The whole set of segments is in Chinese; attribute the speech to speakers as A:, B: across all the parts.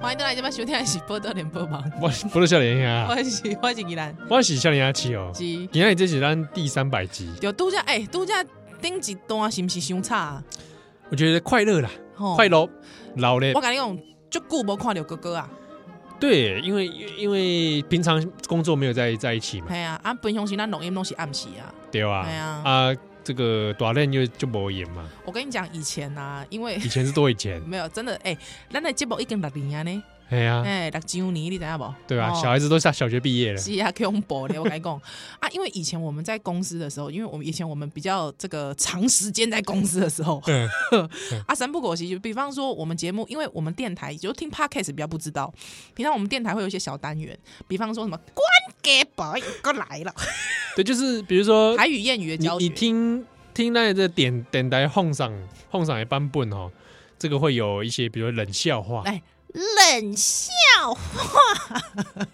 A: 欢迎倒来这边收听的是《报道联播网》，
B: 我不是笑脸啊，
A: 我是我是依兰，
B: 我是笑脸阿七哦。
A: 是
B: 今天这是咱第三百集，
A: 就度假哎，度假顶一段是不是相差啊？
B: 我觉得快乐啦，
A: 吼
B: 快！乐老嘞
A: 哦我。跟你讲，足久无看到哥哥啊，
B: 对，因为因为平常工作没有在在一起嘛，
A: 系啊，啊，平常时咱录音拢是暗时啊，
B: 对吧？
A: 对啊
B: 啊，这个短练就就无演嘛，
A: 我跟你讲，以前啊，因为，
B: 以前是多以前
A: 没有真的哎，咱的节目已经六年啊呢，
B: 哎呀，
A: 哎，六周年你知影无？
B: 对啊吧？
A: 哦
B: 小孩子都上小学毕业了，
A: 是啊，恐怖的，我跟你 讲啊，因为以前我们在公司的时候，因为我们以前我们比较这个长时间在公司的时候，
B: 嗯
A: 啊，三不果其就比方说我们节目，因为我们电台就听 podcast 比较不知道，平常我们电台会有一些小单元，比方说什么关给宝又来了，
B: 对，就是比如说
A: 台语谚语的
B: 你
A: 教
B: 呃你
A: 学，
B: 听听那个点点台哄上哄上的版本哦，这个会有一些比如冷笑话，
A: 哎冷笑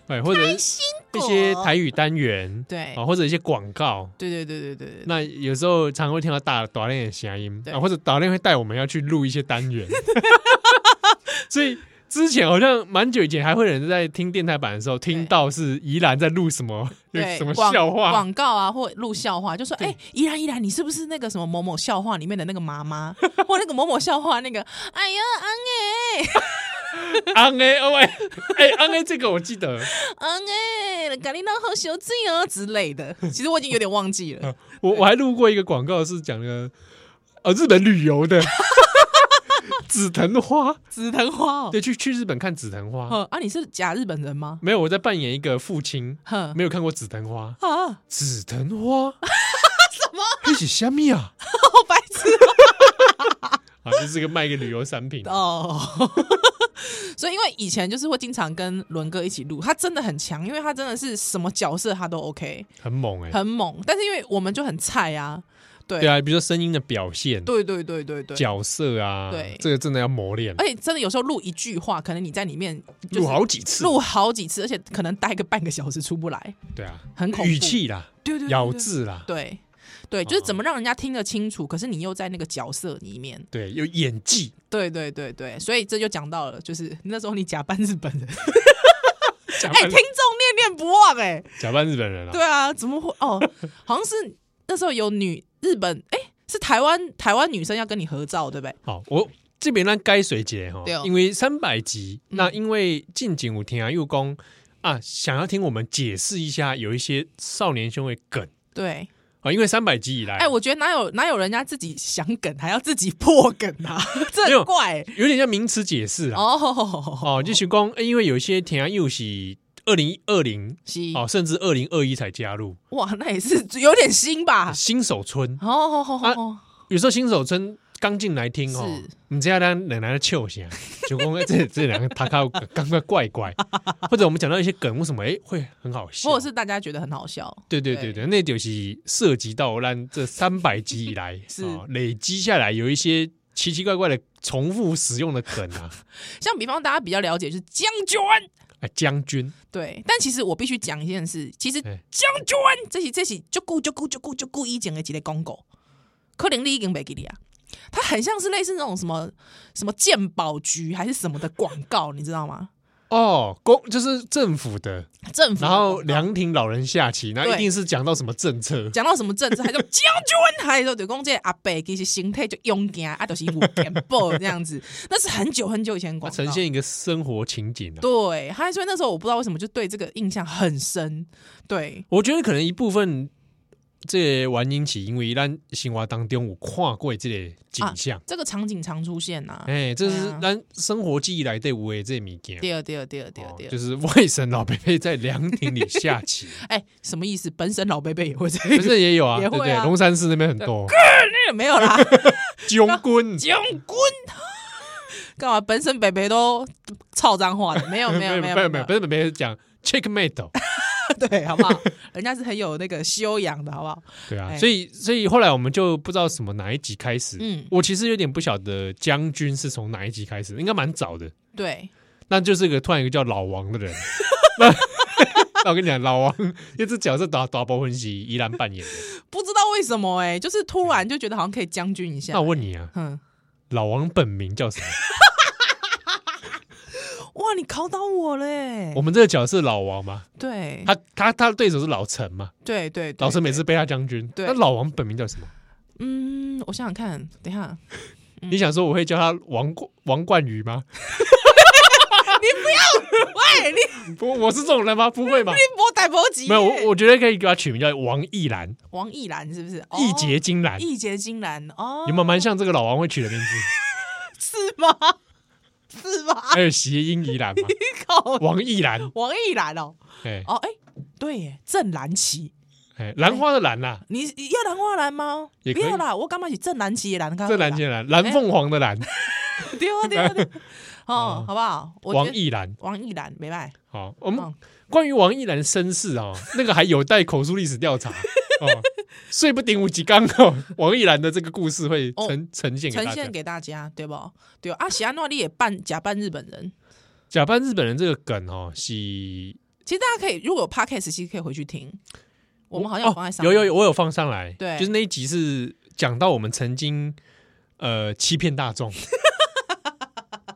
B: 哎，或者
A: 心
B: 一
A: 果
B: 些台语单元，
A: 对
B: 啊，或者一些广告。
A: 对对对对哎对对，
B: 那有时候常会听到大导练的声音
A: 对
B: 啊，或者导练会带我们要去录一些单 元，所以之前好像蛮久以前还会有人在听电台版的时候听到是宜兰在录什么有
A: 对
B: 什么
A: 广
B: 笑话，
A: 广告啊，或录笑话，就说
B: 对
A: 哎，依然依然，你是不是那个什么某某笑话里面的那个妈妈，或那个某某笑话那个哎呀昂哎
B: 安哎哦哎哎安哎这个我记得，
A: 昂哎，咖喱老好小醉哦之类的。其实我已经有点忘记了，
B: 哦我我还录过一个广告是讲的呃日本旅游 的紫藤花，
A: 紫藤花哦。
B: 对，去去日本看紫藤花，
A: 哼啊，你是假日本人吗？
B: 没有我在扮演一个父亲，
A: 哼
B: 没有看过紫藤花。
A: 啊，
B: 紫藤花？什么？那是虾米啊？
A: 好白痴
B: 啊，这是个卖一个旅游产品。
A: 哦。 所以，因为以前就是会经常跟伦哥一起录，他真的很强，因为他真的是什么角色他都 OK，
B: 很猛哎、
A: 很猛。但是因为我们就很菜啊，对
B: 对啊，比如说声音的表现、
A: 对对对对对。
B: 角色啊，
A: 对
B: 这个真的要磨练，
A: 而且真的有时候录一句话，可能你在里面就是
B: 录好几次。
A: 录好几次，而且可能待个半个小时出不来，
B: 对啊，
A: 很恐怖。
B: 语气啦，
A: 对对对
B: 咬
A: 对
B: 字啦，
A: 对对，就是怎么让人家听得清楚，可是你又在那个角色里面。
B: 对，有演技。
A: 对对对对，所以这就讲到了，就是 那时候你假扮日本人， 哎、
B: 假扮
A: 听众念念不忘哎、
B: 假扮日本人啊
A: 对，哎啊，怎么会哦？好像是那时候有女日本，哎、是台湾台湾女生要跟你合照，对不对？
B: 好，我这边咱该水节哈
A: 对哦，
B: 因为三百集，
A: 嗯
B: 那因为近景有听啊，又公啊，想要听我们解释一下有一些少年兄的梗
A: 对，
B: 啊，因为三百集以来，
A: 哎、我觉得哪有哪有人家自己想梗还要自己破梗啊， 这
B: 没有
A: 很怪、欸
B: 有点像名词解释啊，
A: 哦，
B: 哦，就是讲，欸因为有一些田又是二零二零
A: 是
B: 哦，甚至二零二一才加入
A: 哇，那也是有点新吧？
B: 新手村，
A: 哦哦哦哦，
B: 有时候新手村刚进来听哦
A: 是，
B: 你知道咱奶奶的笑声，就讲欸这这两个他靠刚刚怪怪，或者我们讲到一些梗，为什么哎、欸会很好笑？
A: 或者是啊大家觉得很好笑，
B: 对对对对，那就是涉及到让这三百集以来
A: 是
B: 哦累积下来有一些奇奇怪怪的重复使用的梗啊，
A: 像比方大家比较了解就是将军，
B: 啊将军
A: 对，但其实我必须讲一件事，其实
B: 哎
A: 将军这是这是就顾就顾就顾就顾以前的几个公狗，柯林利已经没给你啊。它很像是类似那种什么什么鉴宝局还是什么的广告，你知道吗？
B: 哦，公就是政府的。
A: 政府的
B: 然后
A: 广告
B: 凉亭老人下棋，那
A: 对
B: 一定是讲到什么政策？
A: 讲到什么政治，还说 将军，还说对公这个阿伯其实心态就勇敢啊，就是有点暴这样子，那是很久很久以前的
B: 它
A: 广告。
B: 啊呈现一个生活情景啊。
A: 对，他所以那时候我不知道为什么就对这个印象很深。对，
B: 我觉得可能一部分这个原因是因为咱生活当中有看过这个景象，
A: 这个场景常出现呐、
B: 哎、这
A: 对
B: 是
A: 啊
B: 咱生活记忆来对有的这个物件。
A: 第二，第二，第二，第二，
B: 哦
A: 第二
B: 就，是外省老伯伯在凉亭里下 棋，
A: 哎、什么意思？本省老贝贝也会这
B: 不
A: 样，
B: 是也有啊？
A: 也
B: 对
A: 会
B: 不
A: 啊
B: 对？龙山寺那边很多
A: 没有啦，
B: 将军，
A: 将军。干嘛？本省北北都操脏话的，没有 没有没有
B: 没有没有，不是没有讲 checkmate，
A: 对，好不好？人家是很有那个修养的，好不好？
B: 对啊，
A: 哎
B: 所以所以后来我们就不知道什么哪一集开始，
A: 嗯，
B: 我其实有点不晓得将军是从哪一集开始，应该蛮早的。
A: 对，
B: 那就是一个突然一个叫老王的人。 那 那我跟你讲，老王因为这角色打打包分析依然扮演的。
A: 不知道为什么哎、就是突然就觉得好像可以将军一下
B: 那。我问你啊，
A: 嗯，
B: 老王本名叫什么？
A: 哇，你考倒我了欸
B: 我！们这个角色老王嘛，
A: 对，
B: 他他他的对手是老陈嘛，
A: 对对哎对，
B: 老陈每次背他将军。
A: 对
B: 那老王本名叫什么？
A: 嗯，我想想看，等一下，嗯
B: 你想说我会叫他王冠王冠 宇吗？
A: 喂，你
B: 不，我是这种人吗？不会吧？
A: 波逮波及，
B: 没有，我我觉得可以给他取名叫王艺兰，
A: 王艺兰是不哦是？
B: 义结金兰，
A: 义结金兰哦，
B: 有没有蛮像这个老王会取的名字？
A: 是吗？ 是吗？
B: 还有谐音 宜兰嘛，
A: 靠，
B: 王艺兰，
A: 王艺兰哦，
B: 哎
A: 哦，哎，对耶，郑兰旗，
B: 哎，兰花的兰啦，
A: 你你要兰花兰吗？
B: 也
A: 不
B: 可以
A: 要啦，我干嘛是郑兰旗的兰？
B: 这兰
A: 旗，
B: 见兰，蓝凤凰的
A: 哎
B: 兰，
A: 对啊对啊 对啊，哦
B: 哦，
A: 好不好？我觉
B: 王
A: 得
B: 艺兰。
A: 王艺兰，没办法，
B: 好，我们
A: 嗯
B: 关于王艺兰的身世啊，那个还有待口述历史 调查。哦，睡不顶五级刚哦，王艺兰的这个故事会
A: 哦
B: 呈呈现给
A: 呈
B: 大家
A: 现。给大家，对不？对啊，喜安诺利也扮假扮日本人，
B: 假扮日本人这个梗哦，是
A: 其实大家可以如果有 podcast，其实可以回去听，我们好像有放在上
B: 哦有
A: 面，
B: 有有，我有放上来。
A: 对
B: 就是那一集是讲到我们曾经呃欺骗 大众，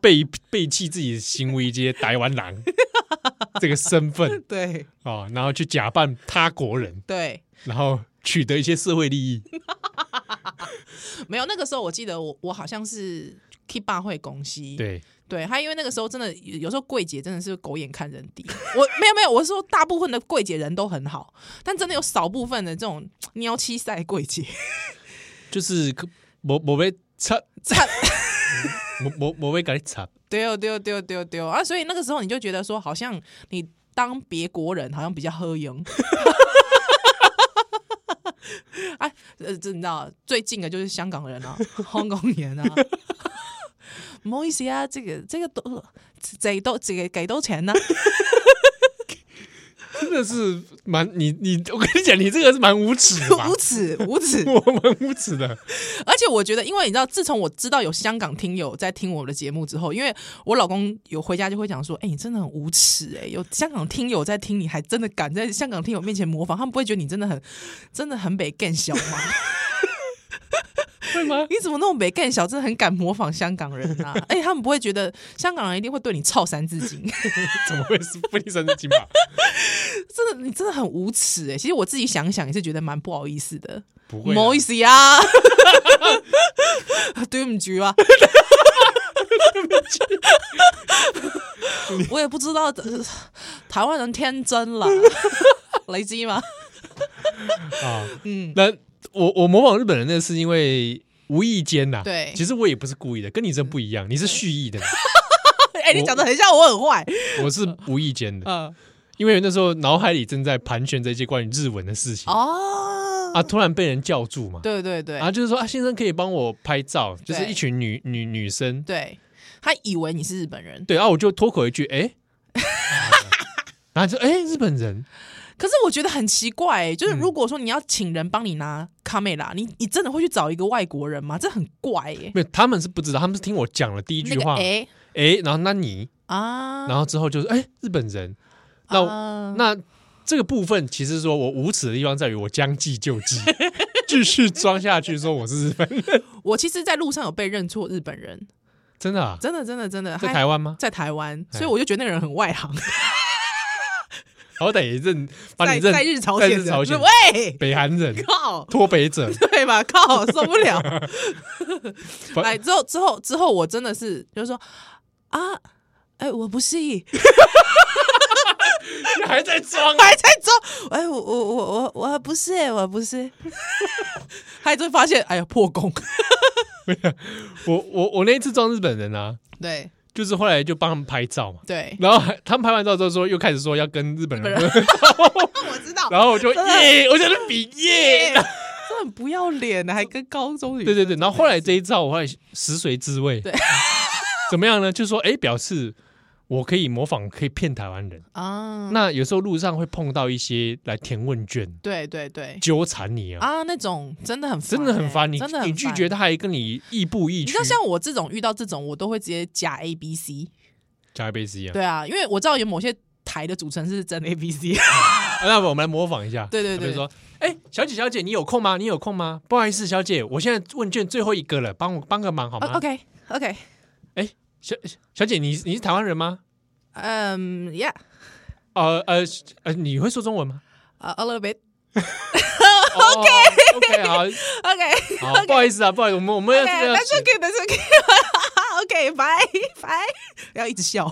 B: 背背弃自己的行为，这些台湾狼这个身份
A: 对
B: 啊、哦然后去假扮他国人，
A: 对，
B: 然后取得一些社会利益。
A: 没有那个时候，我记得我我好像是 K 爸会公西，
B: 对，
A: 对，他因为那个时候真的有有时候柜姐真的是狗眼看人低，我没有没有，我是说大部分的柜姐人都很好，但真的有少部分的这种喵妻赛柜姐，
B: 就是我我被插，
A: 惨
B: 我我我被给你插。
A: 丢丢丢丢丢啊！所以那个时候你就觉得说，好像你当别国人好像比较喝 赢。哎，呃，这你知道最近的就是香港人啊，香港人啊，不好意思啊，这个这个都这都这个给多钱呢、
B: 真的是蛮你你，我跟你讲，你这个是蛮无耻的吧
A: 无？耻无耻！
B: 我蛮无耻的，
A: 而且我觉得，因为你知道，自从我知道有香港听友在听我的节目之后，因为我老公有回家就会讲说：“哎、你真的很无耻哎、有香港听友在听，你还真的敢在香港听友面前模仿，他们不会觉得你真的很真的很北更小吗？
B: 会吗？
A: 你怎么那么北更小，真的很敢模仿香港人啊？ 哎、他们不会觉得香港人一定会对你操三字经，
B: 怎么会是不离身的金吧？
A: 真的，你真的很无耻哎、其实我自己想想也是觉得蛮不好意思的，
B: 不会
A: 不
B: 啦，
A: 好意思啊， 对不起啊。我也不知道，呃台湾人天真 了，雷击吗？
B: 啊，
A: 嗯，
B: 嗯那我我模仿日本人那是因为无意间呐、
A: 对
B: 其实我也不是故意的，跟你真不一样，你是蓄意的，
A: 哎、你讲的很像我很 坏，
B: 我是无意间的，
A: 嗯，
B: 因为那时候脑海里正在盘旋这些关于日文的事情
A: 哦，
B: 啊，突然被人叫住嘛，
A: 对对对、
B: 啊，就是说啊，先生可以帮我拍照，就是
A: 对
B: 一群女女女生，
A: 对，他以为你是日本人，
B: 对啊，我就脱口一句，哎、然后就哎、日本人，
A: 可是我觉得很奇怪、哎
B: 嗯
A: 就是如果说你要请人帮你拿卡梅拉，你你真的会去找一个外国人吗？这很怪耶、
B: 没有，他们是不知道，他们是听我讲了第一
A: 那
B: 句
A: 个
B: 话，哎、
A: 哎、
B: 然后那你，
A: 啊，
B: 然后之后就是哎、日本人，那我
A: 啊
B: 那这个部分其实说我无耻的地方在于我将计就计， 继续装下去说我是日本人，
A: 我其实，在路上有被认错日本人，
B: 真的啊，
A: 真的真的真的，
B: 在
A: 还
B: 台湾吗？
A: 在台湾，
B: 哎
A: 所以我就觉得那个人很外行，
B: 好哦歹也认把
A: 在
B: 哦你认
A: 在日朝鲜
B: 在日朝
A: 人，
B: 鲜
A: 喂，
B: 北韩人
A: 靠，
B: 脱北者，
A: 对吧？靠，受不了。
B: 反
A: 来之后之后之后，我真的是就是说啊，哎、我不 是，
B: 你 还在装啊？
A: 还在装，哎、我我我我我不是、我不 是，还真发现，哎呀，破功，
B: 我我我那一次装日本人啊，
A: 对
B: 就是后来就帮他们拍照嘛，
A: 对，
B: 然后还他们拍完照之后说又开始说要跟日本人
A: 日
B: 合，
A: 我知 道，
B: 然后我就
A: 真的
B: 耶，我想是比耶，
A: 这很不要脸的，还跟高中女
B: 对
A: 生
B: 对对，然后后来这一招我后来食髓知味，
A: 对，
B: 怎么样呢？就是说，哎，表示我可以模仿，可以骗台湾人。
A: 啊，
B: 那有时候路上会碰到一些来填问卷
A: 对对对。
B: 纠缠你啊，
A: 啊，那种真的很烦
B: 真的很烦
A: 欸
B: 你，
A: 真的很
B: 你拒绝
A: 烦。
B: 他还跟你亦步亦
A: 你
B: 趋
A: 知，道像我这种遇到这种，我都会直接假 A B C。
B: 加一杯一样。
A: 对啊，因为我知道有某些台的组成是真 A B C。
B: 啊那我们来模仿一下，
A: 对对对
B: 比如说，哎，小姐小姐，你有空吗？你有空吗？不好意思，小姐，我现在问卷最后一个 了，
A: 哦
B: 帮我帮个忙好吗？
A: OK OK
B: 小姐，你你是台湾人吗？
A: 嗯，Yeah，
B: 呃呃呃，你会说中 文吗
A: 呃 a little bit。
B: ？OK 哦 OK 好
A: OK，
B: 好，不好意思啊，不好意思，我们我们要这个
A: that's okay, that's okay. OK，拜拜， 不要一直笑。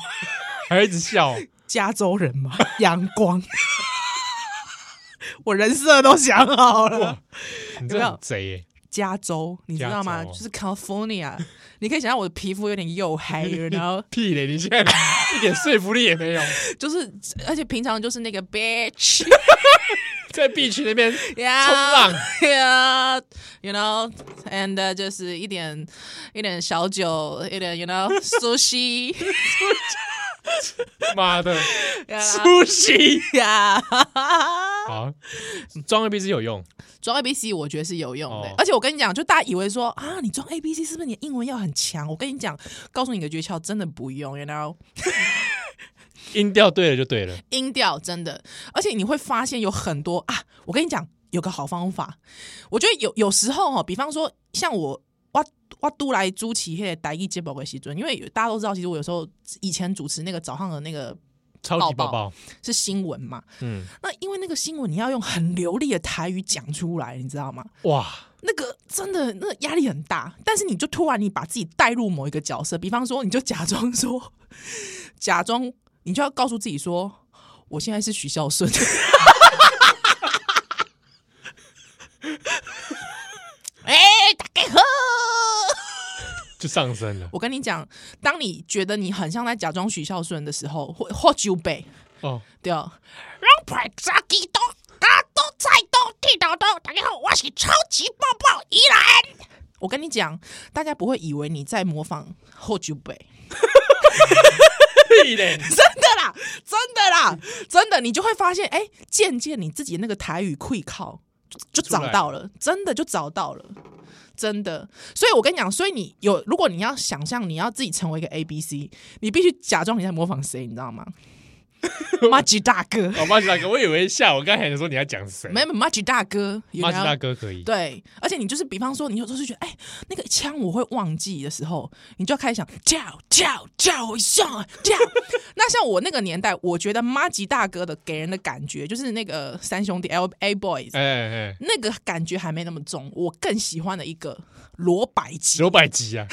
B: 还一直笑，
A: 加州人嘛，阳光。 我人设都想好了
B: 哇，你真的很贼耶！
A: 加州，你知道吗？
B: 加州
A: 就是 California，你 可以想象我的皮肤有点黝黑，然后
B: 屁嘞，你现在 一点说服力也没有，
A: 就是，而且平常就是那个 bitch
B: 在 B 区那边
A: 呀，
B: 冲浪
A: yeah，you know，and、就是呃一点一点小酒，一点 you know sushi
B: 妈的
A: yeah
B: 出息。
A: yeah
B: 好，装 A B 是有用，
A: 装 A B C 我觉得是有用的，
B: 哦
A: 而且我跟你讲，就大家以为说啊，你装 A B C 是不是你的英文要很强？我跟你讲，告诉你个诀窍，真的不用，you know，
B: 音调对了就对了。
A: 音调真的，而且你会发现有很多啊，我跟你讲，有个好方法，我觉得有有时候哈、哦，比方说像我。我我都来朱奇黑台语节目的时阵，因为大家都知道，其实我有时候以前主持那个早上的那个
B: 超级
A: 抱
B: 抱
A: 抱
B: 抱，
A: 是新闻嘛，
B: 嗯，
A: 那因为那个新闻你要用很流利的台语讲出来，你知道吗？
B: 哇，
A: 那个真的那个压力很大，但是你就突然你把自己带入某一个角色，比方说你就假装说，假装你就要告诉自己说，我现在是许孝顺。哎、大家好！
B: 就上升了
A: 我跟你讲，当你觉得你很像在假装许孝顺的时候，或或酒杯，
B: 哦。
A: 对哦，让百炸鸡多，嘎多菜多，地道多。大家好，我是超级抱抱依兰。我跟你讲，大家不会以为你在模仿后九北，
B: 屁嘞！
A: 真的啦，真的啦，真的，你就会发现，哎、渐渐你自己那个台语溃靠就就找到了，真的就找到了。真的，所以我跟你讲，所以你有，如果你要想象你要自己成为一个 A B C，你必须假装你在模仿谁，你知道吗？ 马吉大哥，
B: 哦，马吉大哥，我以为下午刚才想说你要讲谁？
A: 没有马吉大哥，有
B: 马吉大哥可以。
A: 对，而且你就是比方说，你有时候就觉得，哎、那个枪我会忘记的时候，你就要开始想叫叫叫一下叫。那像我那个年代，我觉得妈吉大哥的给人的感觉就是那个三兄弟 L A Boys。
B: 哎哎哎，
A: 那个感觉还没那么重，我更喜欢的一个罗百吉。
B: 九百集 啊！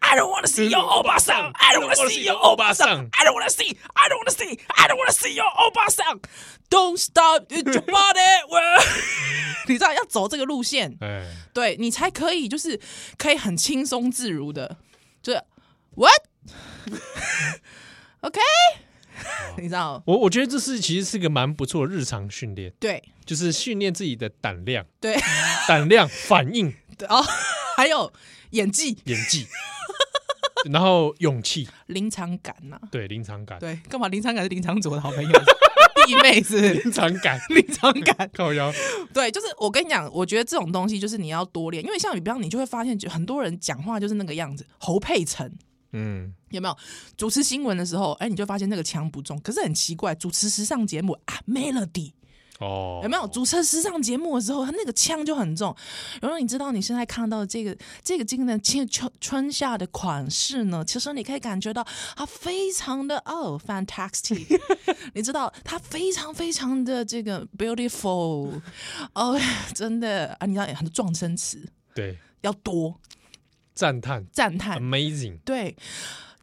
A: I don't wanna see your 欧巴桑，I don't wanna see your 欧巴桑，I don't wanna see, I don't wanna see, I don't wanna see your 欧巴桑。Don't stop your body，well 你知道要走这个路线，
B: 哎，
A: 对你才可以，就是可以很轻松自如的，就是 what OK，你知道？
B: 我我觉得这是其实是个蛮不错的日常训练，
A: 对
B: 就是训练自己的胆 量、
A: 对
B: 胆量、反应、
A: 对哦，还有演技、
B: 演技，然后勇气，
A: 临场感呐、
B: 对临场感，
A: 对，干嘛临场感是临场左的好朋友弟妹是不是
B: 临场感，
A: 临场感。
B: 靠腰，
A: 对，就是我跟你讲，我觉得这种东西就是你要多练，因为像你比方，你就会发现，就很多人讲话就是那个样子。侯佩岑
B: 嗯，
A: 有没有主持新闻的时候，哎，你就发现那个腔不重，可是很奇怪，主持时尚节目啊，Melody。
B: 哦，
A: 有没有主持时尚节目的时候，他那个腔就很重。然后你知道你现在看到的这个这个今年春春春夏的款式呢，其实你可以感觉到它非常的哦，fantastic，你知道它非常非常的这个 beautiful，哦，真的啊，你知道很多撞声词
B: 对，
A: 要多
B: 赞叹
A: 赞叹，
B: ，amazing，
A: 对，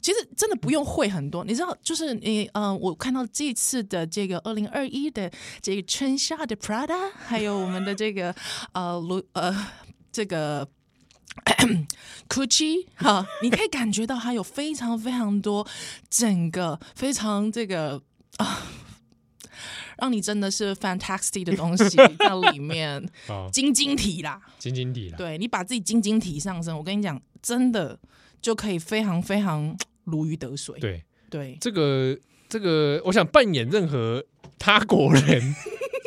A: 其实真的不用会很多，你知道，就是你，嗯、我看到这次的这个二零二一的这个春夏的 Prada，还有我们的这个呃卢呃这个。Gucci 哈，你可以感觉到它有非常非常多，整个非常这个啊，让你真的是 fantastic 的东西在里面，
B: 哦，
A: 晶晶体啦，
B: 晶晶体了，
A: 对你把自己晶晶体上升，我跟你讲，真的就可以非常非常如鱼得水。
B: 对，
A: 对
B: 这个这个，我想扮演任何他国 人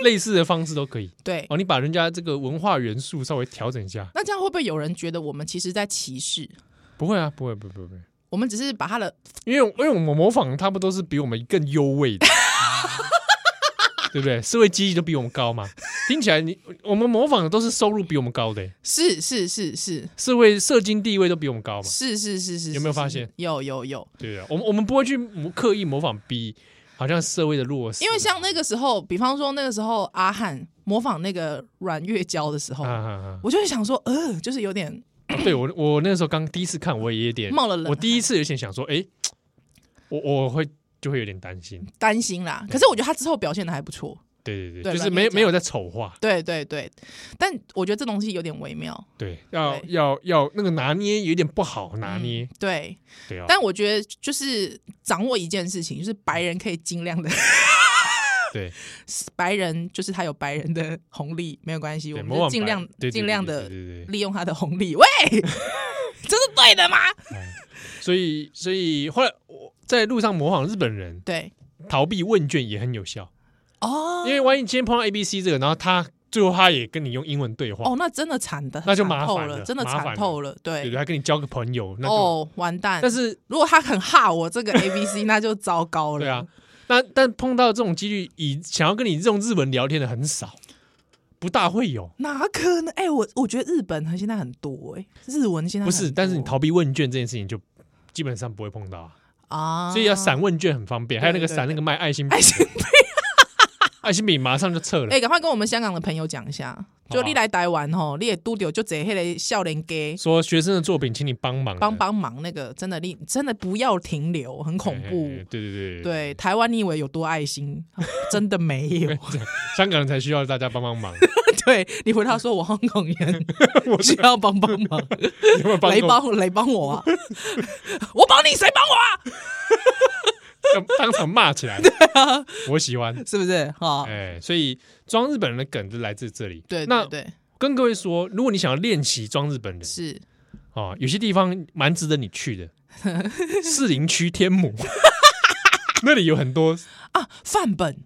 B: 类似的方式都可以。
A: 对
B: 哦，你把人家这个文化元素稍微调整一下，
A: 那这样会不会有人觉得我们其实在歧视？
B: 不会啊，不会，不会，不会不会，
A: 我们只是把他的
B: 因为因为我们模仿他们都是比我们更优位的，对不对？社会阶级都比我们高嘛，听起来你我们模仿的都是收入比我们高的、
A: 是是是是
B: 社会社经地位都比我们高嘛，
A: 是是是是，
B: 有没有
A: 是
B: 发
A: 是
B: 现
A: 有有有，
B: 对啊不对？我们我们不会去模刻意模仿比好像社会的弱势，
A: 因为像那个时候，比方说那个时候阿汉模仿那个阮月娇的时候，
B: 啊啊
A: 我就会想说，呃，就是有点
B: 啊！对我我那时候刚第一次看，我也有点
A: 冒了冷汗
B: 我第一次有点想说，哎，我我会就会有点担心，
A: 担心啦。可是我觉得他之后表现的还不错，
B: 对
A: 对
B: 对对，就是
A: 软
B: 没
A: 硬件
B: 没有在丑化，
A: 对对对。但我觉得这东西有点微妙，
B: 对，要
A: 对
B: 要要那个拿捏有点不好拿捏
A: 嗯，对。
B: 对啊，
A: 但我觉得就是掌握一件事情，就是白人可以尽量的，
B: 对
A: 白人就是他有白人的红利，没有关系，我
B: 对，
A: 们
B: 模
A: 就
B: 仿
A: 尽
B: 白
A: 量
B: 对对
A: 尽
B: 对
A: 量
B: 对
A: 的
B: 对对对
A: 利用他的红利。喂， 这是对的吗？
B: 所以，所以后来我在路上模仿日本人
A: 对，
B: 逃避问卷也很有效，
A: 哦
B: 因为万一今天碰到 A、B、C 这个，然后他最后他也跟你用英文对话，
A: 哦，那真的惨的，
B: 那就
A: 惨
B: 麻
A: 透
B: 烦
A: 了，
B: 了
A: 真的
B: 麻
A: 惨
B: 烦
A: 透了，对
B: 对不对？他跟你交个朋友，那就、
A: 哦，完蛋！
B: 但是
A: 如果他很哈我这个 A B C，那 就糟哦糕了。
B: 对啊，，那但碰到这种几率，以想要跟你用日文聊天的很少，不大会有。
A: 哪可能？哎、我我觉得日本现在很多哎、日文现在
B: 不是，
A: 很
B: 但是你
A: 多
B: 逃避问卷这件事情就基本上不会碰到啊，
A: 啊，哎
B: 所以要闪问卷很方便，还有那个
A: 对对
B: 闪那个卖爱心
A: 爱
B: 笔，
A: 心。
B: 爱心笔马上就撤了
A: 哎、。赶快跟我们香港的朋友讲一下，
B: 好
A: 就
B: 啊
A: 你来台湾吼，你也都丢就这迄个笑脸给。
B: 说学生的作品，请你帮忙的啊
A: 帮帮忙，那个真的，你真的不要停留，很恐怖。
B: 哎哎哎对对对
A: 对台湾，你以为有多爱心， 真的没 有。
B: 香港人才需要大家帮 帮忙，
A: 对你回答说，我香港 人需要帮帮忙。
B: 有没 有帮
A: 雷
B: 过
A: 帮雷帮我啊！ 我帮你，谁帮我啊？
B: 要当场骂起来。
A: 啊
B: 我喜欢。
A: 是不是？哈、
B: 哎，所以装日本人的梗就来自这里。
A: 对对
B: 那
A: 对，
B: 跟各位说，如果你想要练习装日本人
A: 是
B: 啊，有些地方蛮值得你 去的，士林区天母，那里有很多
A: 啊，范本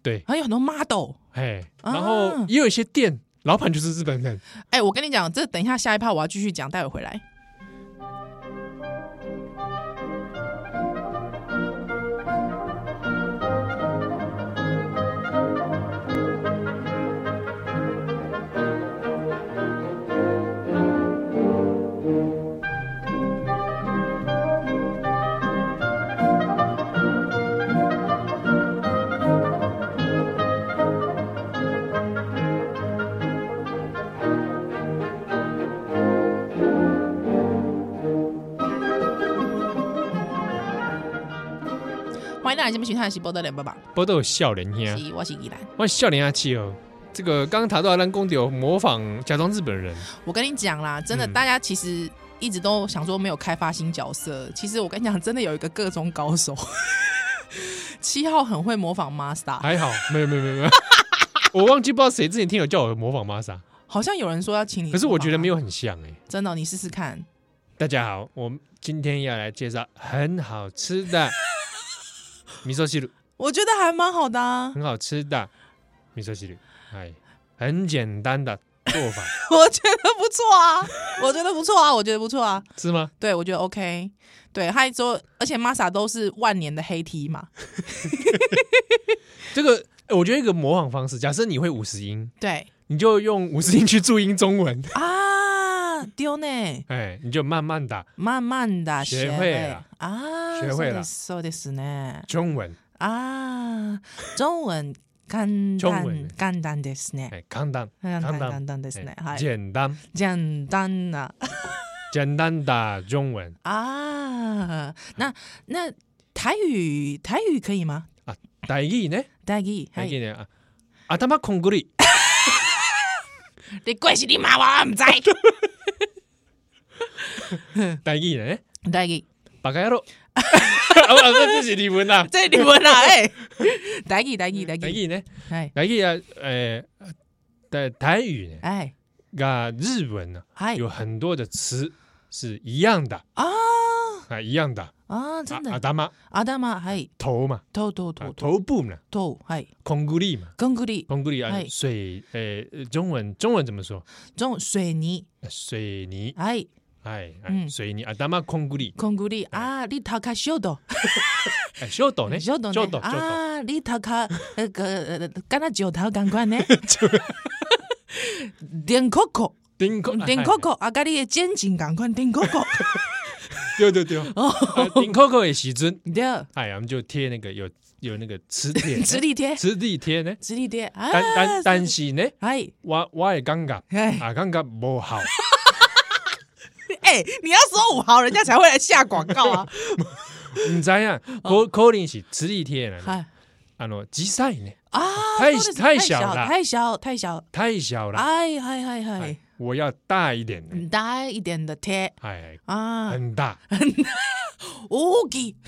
B: 对，
A: 还有很多 model。
B: 哎，
A: 啊
B: 然后也有一些店老板就是日本人，
A: 哎、我跟你讲，这等一下下一趴我要继续讲，待会回来。欢迎大家这边巡看喜波的脸爸爸，
B: 不过都有笑脸呀，
A: 是我是依兰。
B: 我笑脸阿七哦。这个刚刚谈到让公有模仿假装日本人，
A: 我跟你讲啦，真的，
B: 嗯
A: 大家其实一直都想说没有开发新角色，其实我跟你讲，真的有一个各中高手。 七号很会模仿 Master，
B: 还好，没有没有没有没 有，我忘记不知道谁之前听友叫我模仿玛莎，
A: 好像有人说要请你，
B: 可是我觉得没
A: 有，
B: 有很像哎、
A: 真的哦、你试试看。
B: 大家好，我们今天要来介绍很好吃 的米寿西鲁，
A: 我觉得还蛮好的、啊，
B: 很好吃的米寿西鲁，哎，很简单的做法，
A: 我觉得不错啊，我觉得不错啊，我觉得不错啊。
B: 是吗？
A: 对，我觉得 OK。对，还说，而且 Masa 都是万年的黑 T 嘛，
B: 这个、哎我觉得一个模仿方式，假设你会五十音，
A: 对
B: 你就用五十音去注音中文，
A: 啊，丢呢，
B: 哎，你就慢慢打
A: 慢慢的
B: 学会了
A: 啊，
B: 学会了
A: そうですそうですね
B: 中文，
A: 啊，中文简
B: 中文
A: 单简单ですね，
B: 哎，簡単，
A: 簡
B: 簡
A: 単
B: 単
A: 簡単ですね，
B: 哎
A: はい、
B: 简单，
A: 简单な
B: 简单的中文
A: 啊，那那台语台语可以吗？
B: 啊，台语呢？
A: 台语，は
B: 台
A: い
B: 语呢？啊，阿他妈空格里，
A: 你鬼是你妈我唔知，
B: 台语呢？
A: 台语。
B: 八嘎咯，啊，这是日文 啊，
A: 这你们啦，哎、台语台语台
B: 台
A: 语，
B: 语呢？
A: 哎
B: 台语啊，诶，台台语呢？
A: 哎
B: 噶日文啊呢，
A: 哎
B: 有很多的词是一样的
A: 啊
B: 啊，一样的。
A: 啊，真
B: 阿
A: 的，
B: 他妈
A: 阿达嘛，哎，
B: 头嘛，
A: 头头
B: 啊
A: 头头
B: 头部嘛，
A: 头，哎，
B: 空格里嘛。
A: 更古里
B: 蒙古里啊
A: 哎，
B: 水呃，中文中文怎么说？
A: 种水泥，
B: 水泥
A: 哎
B: 哎哎，
A: 嗯
B: 所以你阿达玛空古里，
A: 空谷里啊，你塔卡修斗，
B: 哎，小斗呢，
A: 修斗
B: 小斗，小斗，
A: 啊，你塔卡那个呃干那九头赶 快呢，点 Coco，
B: 丁扣哎
A: 点 Coco，啊，咖喱的肩颈赶快点 Coco，
B: 哎对对对，
A: 哦
B: 啊丁扣扣也喜尊，
A: 对，
B: 哎，我们就贴那个有有那个磁铁 呢，
A: 磁力贴，
B: 磁力贴呢，
A: 磁力贴啊，
B: 但但但是呢，
A: 哎
B: 我我也感觉
A: 哎
B: 啊，感觉不 好，
A: 哎，你要说五毫，人家才会来下广 告啊，
B: 唔知啊，
A: 哦
B: 可可能是磁力贴呢，
A: 哎
B: 啊喏，极赛呢，
A: 啊，
B: 太
A: 说得是
B: 太小
A: 小
B: 了
A: 太小太小，
B: 太小了，
A: 哎嗨嗨嗨
B: 哎，，我要大一点的，
A: 很大一点的贴
B: 哎，
A: 啊，
B: 很大
A: 大きい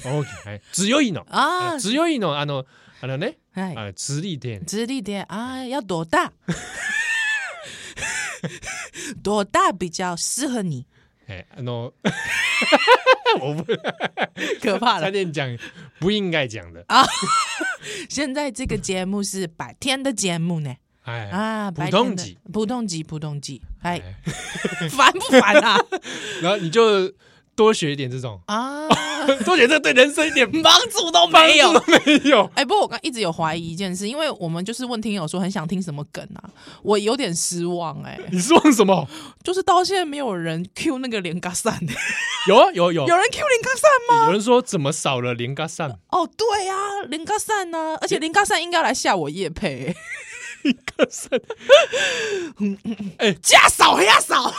B: ，OK，哎，只有 一种，
A: 啊
B: 哎，只有一种，啊喏，啊喏呢，
A: はい
B: 啊，磁力贴，
A: 直立点啊，要多大？ 多大比较适合你？
B: 哎，啊喏，我不
A: 可怕
B: 差
A: 了！
B: 点讲不应该讲的，
A: 现在这个节目是白天的节目呢，
B: 哎，
A: 啊，
B: 普
A: 白
B: 通
A: 天的
B: 级，
A: 普通级，普通级，哎，
B: 哎
A: 烦不烦 啊？
B: 然后你就多学一点这种，
A: 啊，
B: 多学这对人生一点
A: 帮助都没有
B: 帮。助都没有。
A: 哎、不过我刚一直有怀疑一件事，因为我们就是问听友说很想听什么梗啊，我有点失望哎、
B: 你是望什么？
A: 就是到现在没有人 Q 那个连嘎散、
B: 有啊，有有
A: 有人 Q 连嘎散吗？
B: 有人说怎么少了连嘎扇？
A: 哦，对啊，林嘎善呢、而且林嘎善应该来下我夜配、 欸，
B: 嘎扇，
A: 加少呀少。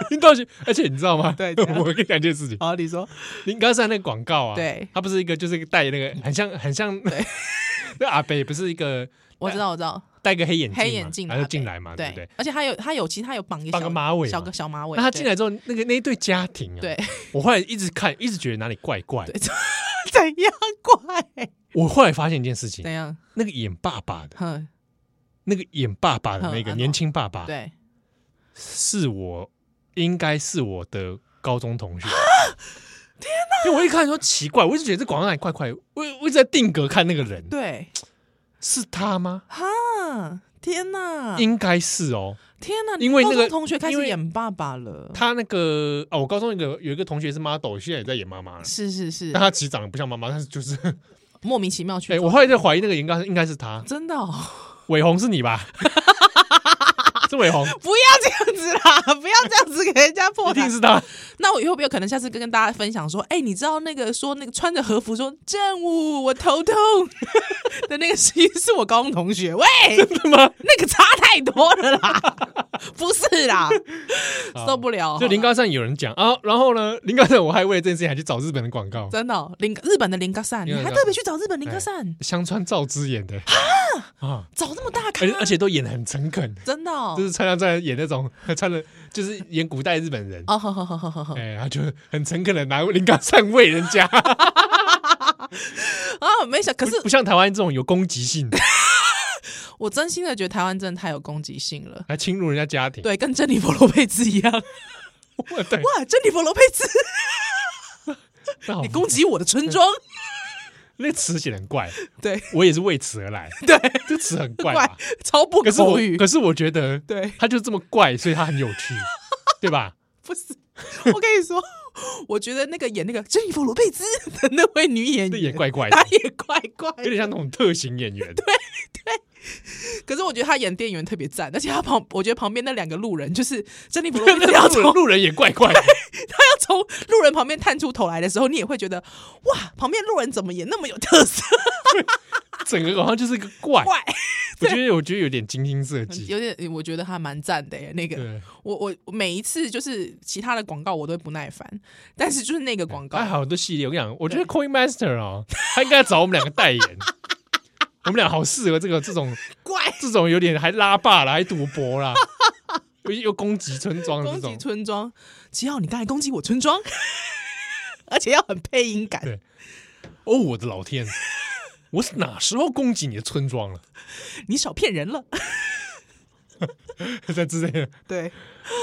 B: 你到底？而且你知道吗？
A: 对怎样
B: 我跟你讲一件事情，
A: 好，哦你说
B: 林嘎扇那个广告啊，
A: 对
B: 它不是一个，就是一个戴那个很像很像， 那阿北不是一个
A: 我知道，我知道，
B: 戴个黑眼镜嘛
A: 黑眼镜的
B: 然后
A: 阿伯
B: 进来嘛，对
A: 对
B: 不啊对？
A: 而且他有他有其他有绑一
B: 绑
A: 小
B: 个马尾嘛
A: 小个小马尾。
B: 那他
A: 对
B: 进来之后，那个那一对家庭啊，
A: 对，
B: 我后来一直看，一直觉得哪里怪怪的。
A: 对 怎样怪？
B: 我后来发现一件事情
A: 怎，样？
B: 那个演爸爸的，
A: 哼，
B: 那个演爸爸的那
A: 嗯
B: 个
A: 啊
B: 年轻爸爸，
A: 对，
B: 是我应该是我的高中同
A: 啊
B: 学。天哪！因为我一看说奇怪，我一直觉得这广告哪里怪怪，我我一直在定格看那个人，
A: 对，
B: 是他吗？
A: 哈，天哪，
B: 应该是哦。
A: 天哪！
B: 因为
A: 你高
B: 那个
A: 中同学开
B: 因
A: 始
B: 为
A: 演爸爸了，
B: 他那个啊，我高中有一个有一个同学是 model，现在也在演妈妈了。
A: 是是是
B: 但，他其实长得不像妈妈，但 是就是，
A: 莫名其妙
B: 哎、
A: 去做，
B: 我后来在怀疑那个应该是应该是他，
A: 真的哦，
B: 伟鸿是你吧？是伟鸿，
A: 不要这样子啦，不要这样子给人家破
B: 一
A: 台
B: 定。是他。
A: 那我以后有没有可能下次跟跟大家分享说，哎、你知道那个说那个穿着和服说正午我头痛 的那个，其实是我高中同 学，喂，
B: 是吗？
A: 那个差太多了啦，不是 啦，受不了，
B: 啊就林高善有人讲啊，然后呢，林高善我还为了这件事情还去找日本的广告，
A: 真的哦林日本的林格善，
B: 日
A: 你
B: 本的
A: 还特别去找日本林格善，
B: 香川照之演的啊，
A: 找这么大咖
B: 而且，而且都演的很诚恳，
A: 真的哦，
B: 就是穿上在演那种 穿的，就是演古代日本人，
A: 哦，好好好好好好
B: 哎，他就很诚恳的拿林高善喂人家，
A: 啊，没想，可是
B: 不像台湾这种有攻击性的，
A: 我真心的觉得台湾真的太有攻击性了，
B: 还侵入人家家庭，
A: 对，跟珍妮佛罗佩兹一样，哇，
B: 对对，
A: 珍妮佛罗佩兹，
B: 那好
A: 你攻击我的村庄，
B: 那个词写的很怪，
A: 对。
B: 我也是为此而来，
A: 对，
B: 这词很怪
A: 怪
B: 吧？，
A: 超不
B: 可是我
A: 口语。
B: 可是我觉得
A: 对，
B: 他就这么怪，所以他很有 趣，对吧？
A: 不是，我跟你说，我觉得那个演那个珍妮佛罗佩兹的那位女演
B: 那也
A: 员，
B: 怪怪的
A: 她。也怪怪
B: 有点像那种特型演员， 对，
A: 可是我觉得她演店员特别赞，而且她旁，我觉得旁边那两个路人，就是珍妮佛罗佩兹要
B: 那
A: 从
B: 路人路人也怪怪的，
A: 要从路人旁边探出头来的时候，你也会觉得哇，旁边路人怎么也那么有特色？
B: 整个好像就是一个怪。
A: 怪，
B: 我觉得我觉得有点精心设计，
A: 有点，我觉得还蛮赞的耶。那个，
B: 对，
A: 我我我每一次就是其他的广告我都会不耐烦，但是就是那个广告
B: 哎还，好多系列。我跟你讲，我觉得 Coin Master 哦，他应该找我们两个 代言，我们俩好适合这个这种
A: 怪
B: 这种有点还拉霸啦，还赌博啦，又又攻击村庄的这
A: 攻击
B: 种。
A: 村庄，只要你刚才攻击我村庄， 而且要很配音感
B: 对。哦，我的老天！我是哪时候攻击你的村庄了？
A: 你少骗人 了。
B: 在之类的。
A: 对，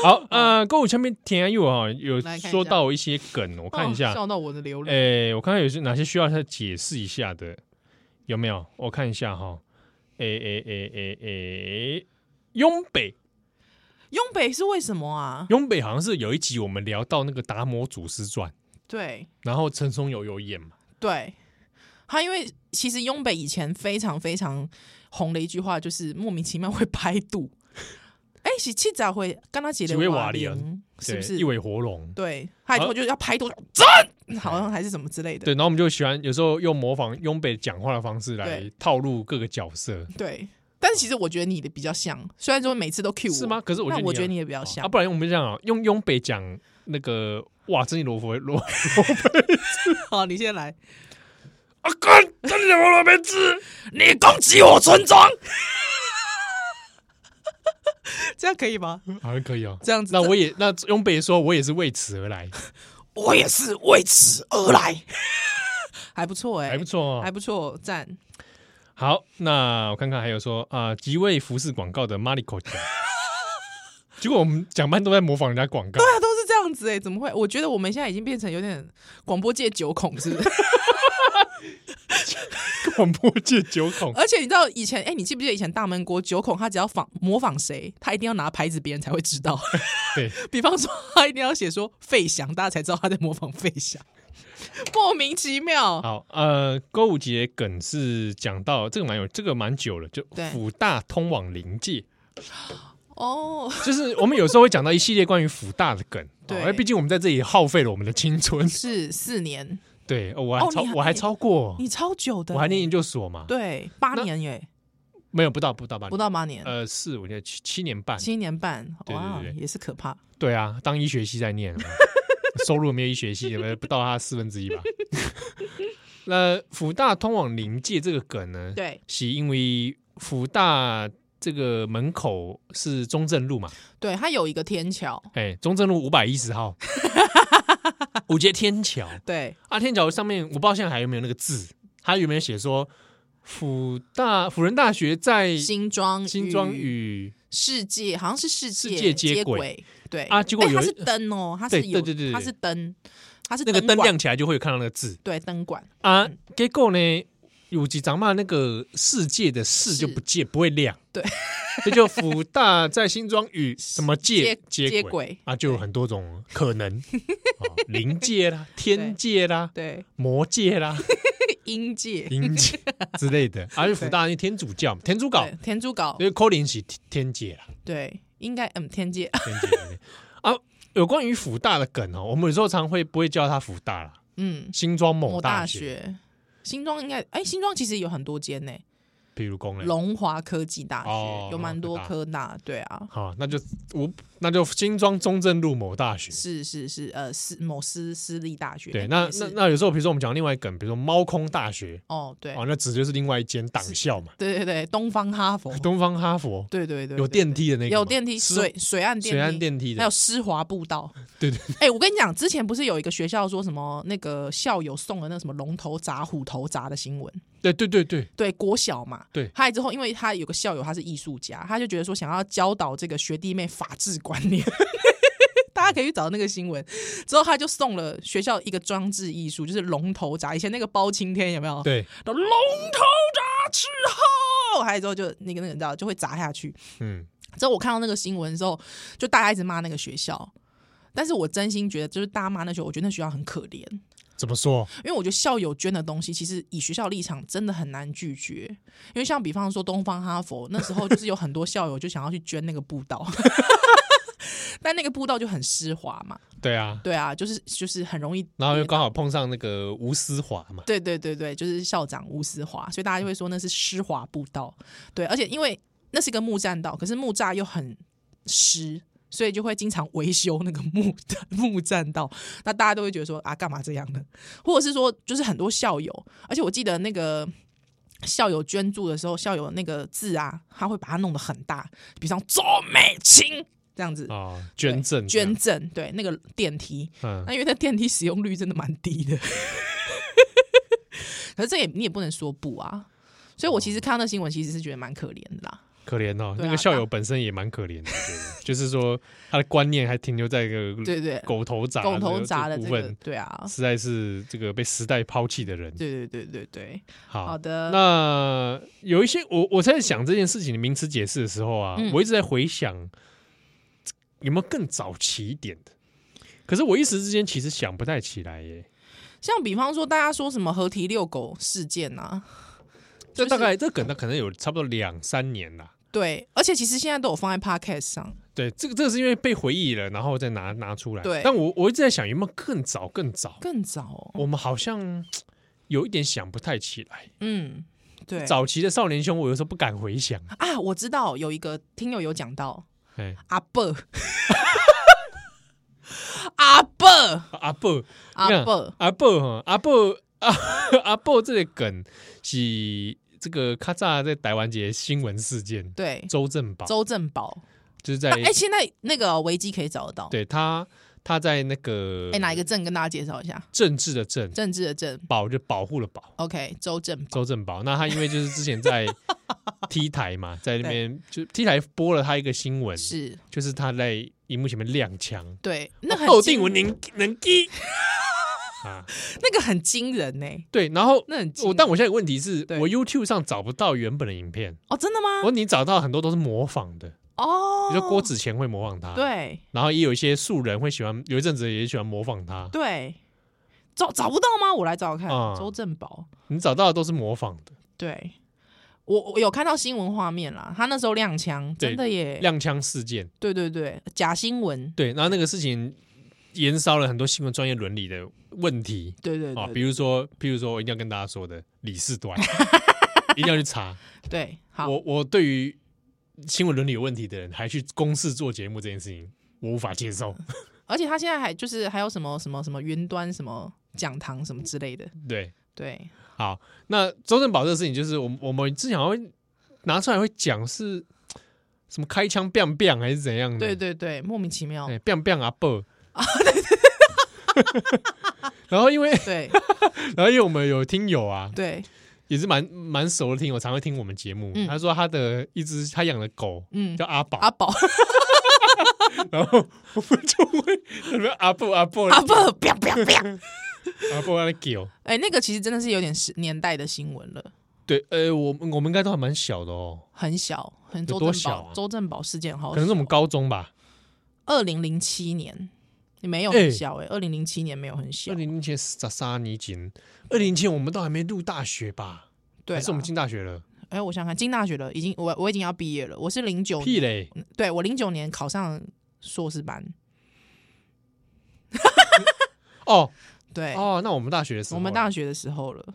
B: 好，呃，歌舞前面田佑啊，有
A: 来看一下
B: 说到一些梗，我看一下哎
A: 哦。笑到我的流泪。
B: 诶，我看看有些哪些需要他解释一下的，有没有？我看一下哈。诶诶诶诶诶，拥北
A: 雍北是为什么啊？
B: 雍北好像是有一集我们聊到那个《达摩祖师传》，
A: 对
B: 然后陈松勇有演嘛，
A: 对，他因为其实雍北以前非常非常红的一句话就是莫名其妙会拍肚，哎、是七仔会跟他姐
B: 几
A: 的
B: 位
A: 瓦
B: 瓦
A: 林
B: 林
A: 是不
B: 对
A: 是
B: 一？尾活龙？
A: 对，他以后
B: 好
A: 就要拍肚，真好像还是什么之类的。
B: 对，然后我们就喜欢有时候用模仿雍北讲话的方式来
A: 对
B: 套路各个角色，
A: 对，但是其实我觉得你的比较像，虽然说每次都 Q 我
B: 是吗？？可是我觉
A: 那
B: 得
A: 我觉得
B: 很
A: 你也比较
B: 啊，
A: 像，
B: 不然我们就这样啊，用雍北讲那个哇，真的罗佛罗
A: 好，你先来。
B: 啊，干，真的罗罗没吃，
A: 你攻击我村庄， 这样可以吗？
B: 好像可以哦。
A: 这样子，
B: 那我也那雍北说，我也是为此而来，
A: 我也是为此而来，还不错哎、
B: 还不错
A: 还
B: 哦。
A: 不错，赞。
B: 好，那我看看还有说啊，即位服饰广告的 Mariko 讲， 结果我们讲班都在模仿人家广告，
A: 对啊，都是这样子哎、怎么会？我觉得我们现在已经变成有点广播界九孔，是不 是？
B: 广播界九孔，
A: 而且你知道以前哎、你记不记得以前大闷锅九孔，他只要仿模仿谁，他一定要拿牌子，别人才会知 道。
B: 对，
A: 比方说，他一定要写说费翔，大家才知道他在模仿费 翔，莫名其妙。
B: 好，呃，歌舞节梗是讲到这个蛮有，这个蛮久了，就
A: 对
B: 辅大通往灵界，
A: 哦，
B: 就是我们有时候会讲到一系列关于辅大的梗，
A: 对
B: 哦因为毕竟我们在这里耗费了我们的青春，
A: 是四年，
B: 对，哦我还
A: 哦
B: 超、
A: 你还
B: 我还超过，
A: 你超久的欸，
B: 我还念研究所嘛，
A: 对八
B: 那
A: 年耶，
B: 没有不到不到吧，
A: 不到八年，
B: 呃四我觉得七七年半，
A: 七年半，
B: 对对
A: 哇
B: 对，
A: 也是可怕。
B: 对啊，当医学系在念，收入没有医学系，不到他四分之一吧。 那辅大通往灵界这个梗呢，
A: 对
B: 是因为福大这个门口是中正路嘛？
A: 对，它有一个天桥，
B: 哎，中正路五百一十号， 我觉得天桥
A: 对
B: 啊，天桥上面我不知道现在还有没有那个字，它有没有写说辅大辅仁大学在
A: 新庄
B: 新庄与
A: 世界好像是世界
B: 世界接
A: 接
B: 轨
A: 轨，对
B: 啊结果
A: 哎
B: 有
A: 它
B: 一
A: 是灯哦，它是
B: 对
A: 有
B: 对对对
A: 它
B: 对
A: 是灯，它是
B: 那个灯
A: 管，
B: 亮起来就会有看到那个 字
A: 对灯管，
B: 啊。结果呢，有几张嘛，那个世界的“世”
A: 是
B: 就不见不会亮，
A: 对，
B: 这就辅大在新庄与什么界
A: 接
B: 接轨。
A: 轨，
B: 啊，就有很多种 可能，哦灵界啦、天界啦、
A: 对
B: 魔界 啦、
A: 阴界，
B: 灵界之类的。而且福大因为天主教嘛，天主教
A: 对，天竺镐
B: 因，为扣林是天天界啦，
A: 对，应该嗯天界，
B: 天界里面
A: 哦
B: 啊。有关于福大的梗哦，我们有时候常会不会叫它福大啦，
A: 嗯，
B: 新庄某
A: 某大
B: 大学，
A: 学。新庄应该，哎，新庄其实有很多间呢，
B: 比如公嘞。
A: 龙华科技大
B: 嗯哦
A: 学有蛮多科大，对啊，
B: 好，那就我那就新庄中正路某大学。
A: 是是是，呃，私某私私立大学，
B: 对，那
A: 也是
B: 那那有时候，比如说我们讲另外一梗，比如说猫空大学，
A: 哦，对
B: 哦，那指就是另外一间党校嘛，
A: 对对对，东方哈佛，
B: 东方哈佛，
A: 对对对，
B: 有
A: 对
B: 电梯的那个吗，
A: 有电梯，
B: 是
A: 水水岸电
B: 水岸
A: 梯，
B: 电梯
A: 还
B: 的
A: 有，施华步道。
B: 对对
A: 哎、我跟你讲，之前不是有一个学校说什么那个校友送了那个什么龙头砸虎头砸的新闻？
B: 对对对对，
A: 对，国小嘛，
B: 对
A: 后来之后，因为他有个校友他是艺术家，他就觉得说想要教导这个学弟妹法治观念。 大家可以去找那个新闻，之后他就送了学校一个装置艺术，就是龙头砸。以前那个包青天有没有？
B: 对，
A: 然后龙头砸之后，还有之后就那个那个你知道就会砸下去。
B: 嗯，
A: 之后我看到那个新闻之后，就大家一直骂那个学校，但是我真心觉得，就是大家骂那学校，我觉得那学校很可怜，
B: 怎么说？
A: 因为我觉得校友捐的东西，其实以学校立场真的很难拒绝，因为像比方说东方哈佛那时候，就是有很多校友就想要去捐那个步 道。但那个步道就很湿滑嘛，
B: 对啊，
A: 对啊，就是就是很容易
B: 然后又刚好碰上那个吴思华嘛，
A: 对对对对，就是校长吴思华，所以大家就会说那是湿滑步道。对，而且因为那是一个木栈道，可是木栅又很湿，所以就会经常维修那个木木栈道。那大家都会觉得说啊，干嘛这样呢？或者是说，就是很多校友，而且我记得那个。校友捐助的时候，校友那个字啊，他会把它弄得很大，比方周美清这样子，
B: 啊，捐赠
A: 捐，赠，对那个电梯，
B: 嗯
A: 那，因为那电梯使用率真的蛮低的， 可是这也你也不能说不啊。所以我其
B: 哦
A: 实看到那新闻，其实是觉得蛮可怜的啦。
B: 可怜哦，
A: 对啊
B: 那个校友本身也蛮可怜的，我觉得就是说他的观念还停留在一个
A: 对对，
B: 嗯狗头砸
A: 狗头砸的
B: 部
A: 这个
B: 分，，
A: 对啊，
B: 实在是这个被时代抛弃的人。
A: 对对对对对，好
B: 好，
A: 的，
B: 那有一些我我在想这件事情的名词解释的时候啊
A: 嗯，
B: 我一直在回想有没有更早期一点的？可是我一时之间其实想不太起来耶。
A: 像比方说大家说什么合体遛狗事件啊，就
B: 这
A: 是
B: 大概这可能可能有差不多两三年啦。
A: 对，而且其实现在都有放在 podcast 上，
B: 对，这个这个是因为被回忆了，然后再拿拿出来。
A: 对
B: 但我我一直在想有没有更早更早，
A: 更早、哦，
B: 我们好像有一点想不太起来。
A: 嗯，对，
B: 早期的少年兄，我有时候不敢回想。
A: 啊，我知道有一个听友有讲到
B: 哎，
A: 阿 伯，阿伯，
B: 阿伯，
A: 阿伯，
B: 阿伯哈，阿伯 阿阿伯这个梗是这个咔嚓在台湾节新闻事件，
A: 对，
B: 周正宝
A: 周正宝，
B: 就是在
A: 他哎、现在那个维基可以找得到，
B: 对他他在那个
A: 哎、哪一个正跟大家介绍一下？
B: 政治的政
A: 政治的政
B: 保就保护了保。
A: ，OK，周正宝，
B: 周正宝，那他因为就是之 前在 T 台嘛，在那边就 T 台播了他一个新闻，
A: 是
B: 就是他在荧幕前面踉跄，
A: 对，那很
B: 后
A: 惊
B: 哦定文能能击 啊，
A: 那个很惊人呢、
B: 对，然后
A: 那很惊
B: 我哦但我现在有问题是
A: 对
B: 我 YouTube 上找不到原本的影片，
A: 哦，真的吗？
B: 我你找到很多都是模仿的，
A: 哦，
B: 比如说郭子乾啊会模仿他，，
A: 对
B: 然后也有一些素人会喜欢，有一阵子也喜欢模仿他，
A: 对，找找不到吗？我来找找看，
B: 嗯
A: 周正宝，
B: 你找到的都是模仿的，
A: 对。我我有看到新闻画面啦，他那时候踉跄，
B: 对
A: 真的耶，
B: 踉跄事件，
A: 对对对，假新闻，
B: 对，然后那个事情延烧了很多新闻专业伦理的问题。
A: 对对
B: 啊，
A: 对
B: 比如说，比如说，我一定要跟大家说的，李四 端一定要去查。
A: 对， 好，
B: 我我对于新闻伦理有问题的人，还去公示做节目这件事情，我无法接受。
A: 而且他现在还就是还有什么什么什么云端什么讲堂什么之类的，
B: 对，
A: 对，
B: 好，那周正宝这个事情，就是我们我们之前好像会拿出来会讲是什么开枪 biang biang 还是怎样的？
A: 对哦对对，莫名其妙，
B: 哎，biang biang 阿伯。 然后因为
A: 对
B: 然后因为我们有听友啊，
A: 对，
B: 也是蛮蛮熟的听友，常会听我们节目。
A: 嗯
B: 他说他的一只他养的狗
A: 嗯，
B: 叫阿宝，
A: 阿宝
B: 然后我们就会什么阿布阿布
A: 阿宝，不要不要不要，
B: 阿布阿狗，
A: 哎，那个其实真的是有点时年代的新闻了，
B: 对，呃，我们我们应该都还蛮小的哦，
A: 很小，很周
B: 多
A: 正
B: 小
A: 宝
B: 啊
A: 周正宝事件好，
B: 可能是我们高中吧，
A: 二零零七年。没有
B: 哎
A: 很小哎、二零零七年没有很小
B: 二，零零前十三年前，二零前我们都还没入大学吧？
A: 对啊
B: 还
A: 啦，
B: 是我们进大学了？
A: 哎、我想想看，进大学了，已经我我已经要毕业了，我是零九
B: 屁嘞！
A: 对我零九年考上硕士班，
B: 哦
A: 对，
B: 哦，那我们大学的时候，
A: 哎我们大学的时候了，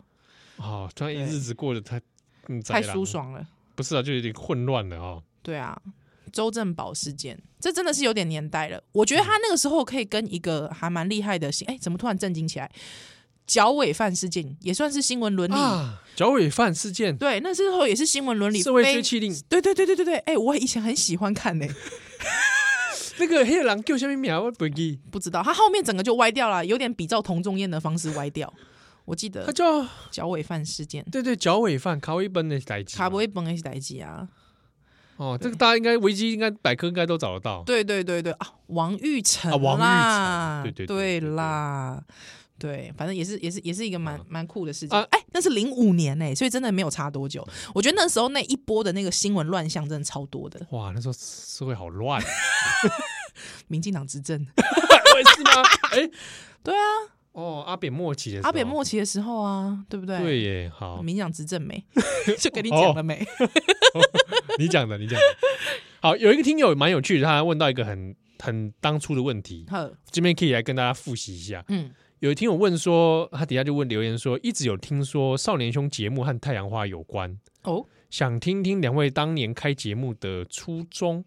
B: 哦，突然一日子过得太嗯
A: 太
B: 宅
A: 舒
B: 了
A: 爽了。
B: 不是啊，就有点混乱了哦。
A: 对啊，周正宝事件，这真的是有点年代了。我觉得他那个时候可以跟一个还蛮厉害的新，哎，怎么突然震惊起来？绞尾犯事件也算是新闻伦理，
B: 啊，脚尾犯事件，
A: 对，那时候也是新闻伦理
B: 社会
A: 非
B: 追妻令，
A: 对对对对对对，哎，我以前很喜欢看呢、
B: 那个黑狼救下面啊苗，我不记，
A: 不知道他后面整个就歪掉了，有点比照童仲彦的方式歪掉。我记
B: 他
A: 得
B: 叫
A: 绞尾犯事件，
B: 对对脚尾犯，卡威奔的代志嘛，
A: 卡不会崩一起代机啊。
B: 哦，这个大家应该维基应该百科应该都找得到。
A: 对对对对啊，王玉成
B: 啊王玉成
A: 啦
B: 对对对对
A: 对
B: 对
A: 啦，对，反正也是也是也是一个蛮
B: 啊
A: 蛮酷的事情
B: 啊。
A: 哎，那是零五年哎，所以真的没有差多久。我觉得那时候那一波的那个新闻乱象真的超多的，
B: 哇，那时候社会 好乱，
A: 民进党执政，
B: 我也是吗？哎，
A: 对啊，
B: 哦，阿扁末期的时候
A: 阿扁末期的时候啊，对不对？
B: 对哦耶，好，
A: 民进党执政 没？就跟你讲了没？
B: 你讲的，你讲的。好，有一个听友蛮有趣的，他问到一个很很当初的问题，
A: 呵，
B: 这边可以来跟大家复习一下。
A: 嗯，
B: 有听友问说，他底下就问留言说，一直有听说少年兄节目和太阳花有关，
A: 哦，
B: 想听听两位当年开节目的初衷。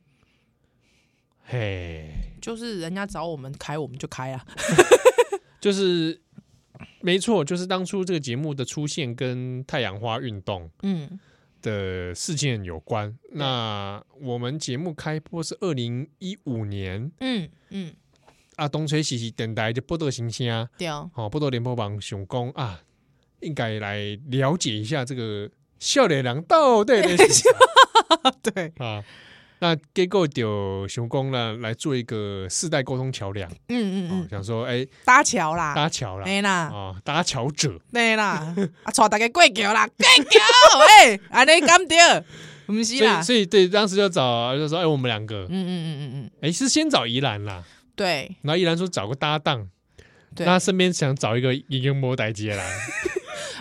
B: 嘿，
A: 就是人家找我们开，我们就开啊。
B: 就是没错，就是当初这个节目的出现跟太阳花运动
A: 嗯，
B: 的事件有关。那我们节目开播是二零一五年
A: 嗯嗯，
B: 啊，东吹西西等待就波多行星啊，
A: 对啊，
B: 哦，波多联播榜熊公啊，应该来了解一下这个笑脸郎到底 在想啥
A: 对，
B: 啊。那结果就熊公呢来做一个世代沟通桥梁啊、
A: 嗯嗯嗯，
B: 想说哎、
A: 搭桥啦，
B: 搭桥啦
A: 哎啦。
B: 啊，搭桥者。
A: 对啦，啊，带大家过桥啦，过桥，哎、安尼敢对？不是
B: 所
A: 啦
B: 以，所以对，当时就找就说，哎，我们两个
A: 嗯，嗯嗯嗯嗯，
B: 哎，是先找宜兰啦，
A: 对
B: 然后宜兰说找个搭档，
A: 对，
B: 那他身边想找一个一个摩代接啦，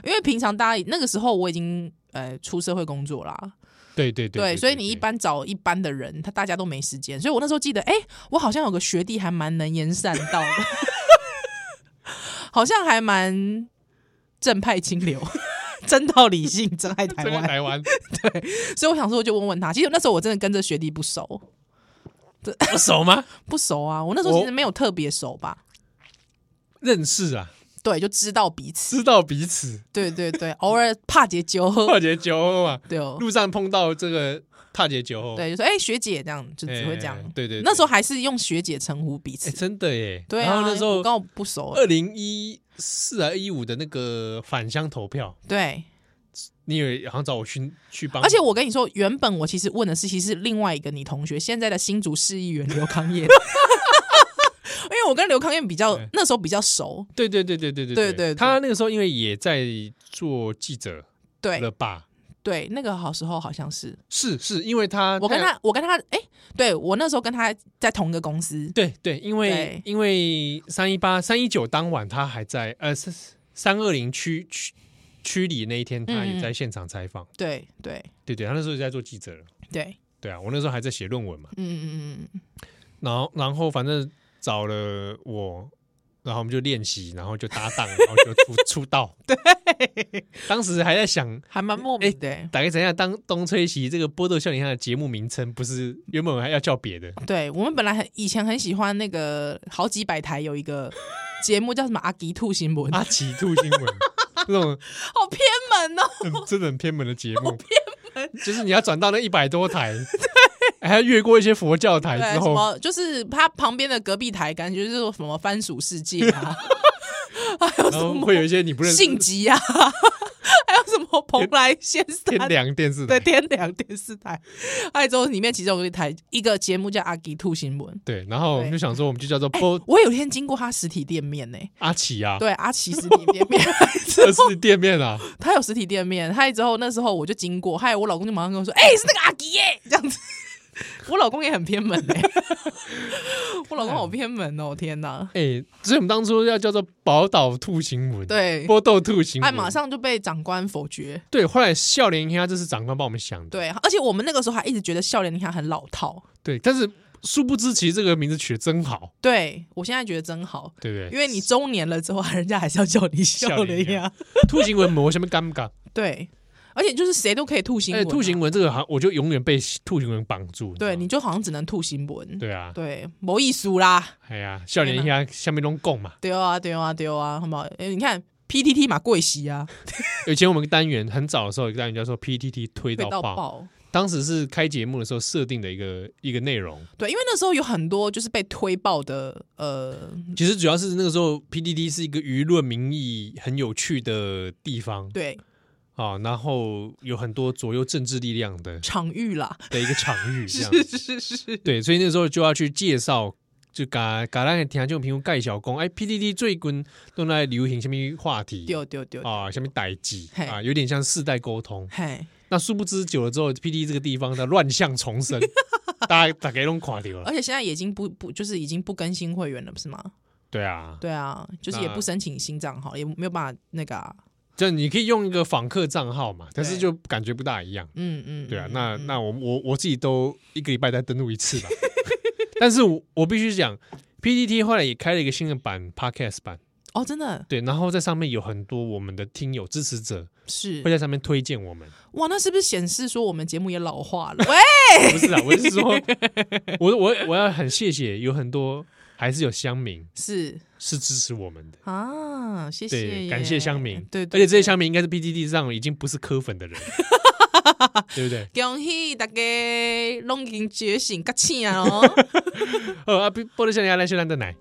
A: 因为平常大家那个时候我已经呃出社会工作啦，
B: 对对对
A: 对，所以你一
B: 对
A: 般找一般的人，他大家都没时间，所以我那时候记得，哎、我好像有个学弟还蛮能言善道的， 好像还蛮正派清流。 真道理性，真爱台
B: 这个
A: 湾，
B: 台湾
A: 所以我想说，我就问问他。其实那时候我真的跟这学弟不熟，
B: 不熟吗？
A: 不熟啊。我那时候其
B: 我
A: 实没有特别熟吧，
B: 认识啊，
A: 对，就知道彼此。
B: 知道彼此，
A: 对对对，偶尔怕解 酒，
B: 跨节酒后嘛，
A: 对哦，
B: 路上碰到这个踏节酒后，
A: 对，就说哎、学姐这样，就
B: 哎，
A: 只会这样。
B: 对对，
A: 那时
B: 候
A: 候还是用学姐称呼彼
B: 哎，
A: 此，
B: 真的耶，
A: 对啊，
B: 然后那时候
A: 我跟我不熟，
B: 二零一四啊一五的那个返乡投票，
A: 对，
B: 你以为好像找我去去帮，
A: 而且我跟你说，原本我其实问的是，其实另外一个你同学，现在的新竹市议员刘 康燕，因为我跟刘康燕比较
B: 对
A: 那时候比较熟，
B: 对对对对对对
A: 对对对
B: 他那个时候因为也在做记者了
A: 对
B: 吧？
A: 对，那个好时候好像是
B: 是是，因为他
A: 我跟他，我跟他，哎、对我那时候跟他在同一个公司，
B: 对对，因为
A: 对
B: 因为三一八三一九当晚他还在呃三三二零区区区里那一天，他
A: 嗯
B: 也在现场采访。
A: 对对
B: 对对，他那时候也在做记者了。
A: 对，
B: 对啊，我那时候还在写论文嘛，
A: 嗯嗯嗯嗯，
B: 然后然后反正找了我，然后我们就练习，然后就搭档，然后就出 出道。对，当时还在想。
A: 还蛮莫
B: 哎
A: 名的、欸
B: 大概怎样？当东吹西这个《波豆笑脸》下的节目名称不是原本我还要叫别 的，
A: 对我们本来很以前很喜欢那个好几百台有一个节目叫什么阿吉兔新闻，
B: 阿奇兔新闻那种
A: 好偏门哦。
B: 很真的很偏门的节目，就是你要转到那一百多台，还要越过一些佛教台
A: 对，
B: 之
A: 什
B: 后，
A: 么就是他旁边的隔壁台，感觉就是说什么番薯世界啊，还有什
B: 然后
A: 么
B: 会有一些你不认识
A: 性急啊， 还有什么蓬莱仙
B: 天
A: 山。
B: 良电视
A: 对
B: 台，
A: 天良电视台，爱州里面其中有一台一个节目叫阿吉兔新闻。
B: 对，然后我们就想说，我们就叫做波
A: 我有一天经过他实体店面呢、
B: 阿奇啊，
A: 哎 对阿奇实体店面，
B: 这是店面啊，
A: 他有实体店面。嗨之后那时候我就经过，嗨我老公就马上跟我 说：“哎、是那个阿吉耶、 这样子。我老公也很偏门 呢、我老公好偏门哦，天哪！
B: 哎，所以我们当初要叫做宝岛兔新闻，，
A: 对，
B: 波豆兔新
A: 哎，
B: 闻，
A: 马上就被长官否决。
B: 对，后来笑脸天下这是长官帮我们想的，
A: 对，而且我们那个时候还一直觉得笑脸你看很老套。
B: 对，但是殊不知其实这个名字取得真好，
A: 对我现在觉得真好，
B: 对不对？
A: 因为你中年了之后，人家还是要叫你笑脸呀。
B: 兔形文魔什么尴尬？
A: 对，而且就是谁都可以吐新
B: 哎，
A: 闻、啊
B: 兔形，文这个好像我就永远被兔形文绑住，知道
A: 对，
B: 吗
A: 你就好像只能吐新闻。
B: 对啊，
A: 对，某艺术啦，
B: 哎呀，笑脸一下下面拢供嘛。
A: 对啊，对啊，对啊，好不好？哎，你看 PTT 嘛，贵席啊，
B: 以前我们单元很早的时候，有一个单元叫做 PTT 推
A: 被
B: 到
A: 到
B: 爆，
A: 爆。
B: 当时是开节目的时候设定的一个一个内容。
A: 对，因为那时候有很多就是被推爆的，呃，
B: 其实主要是那个时候 PTT 是一个舆论民意很有趣的地方
A: 对，
B: 啊，然后有很多左右政治力量的
A: 场域啦，
B: 的一个场 域，这样
A: 是是是，
B: 对，所以那时候就要去介绍。就甲甲咱的听众朋友介绍讲，哎，PDD 最近都在流行什么话题
A: 丢丢丢，
B: 啊，什么代际
A: 嘿
B: 啊，有点像世代沟通。
A: 嘿。
B: 那殊不知久了之后，P D 这个地方的乱象丛生， 大家大概都垮掉了。
A: 而且现在已经不不就是已经不更新会员了，不是吗？
B: 对啊，
A: 对啊，就是也
B: 那
A: 不申请新账号，也没有办法那个、啊，
B: 就你可以用一个访客账号嘛，但是
A: 对
B: 就感觉不大一样。
A: 嗯嗯，
B: 对啊，
A: 嗯
B: 那那我我我自己都一个礼拜再登录一次吧。 但是我我必须讲，P D T 后来也开了一个新的版 Podcast 版，
A: 哦，真的
B: 对，然后在上面有很多我们的听友支持
A: 嗯
B: 者
A: 是
B: 会在上面推荐我们。
A: 哇，那是不是显示说我们节目也老化 了？喂，
B: 不是啊，我是说，我我我要很谢谢，有很多还是有乡民
A: 是
B: 是支持我们的。
A: 啊，谢谢
B: 对，
A: 耶，
B: 感谢乡民，
A: 对，
B: 而且这些乡民应该是 PTT 上已经不是科粉的人， 对不对？
A: 对恭喜大家拢已经觉醒觉醒啊！ 哦，
B: 呃，啊，不波多少年来是咱的奶，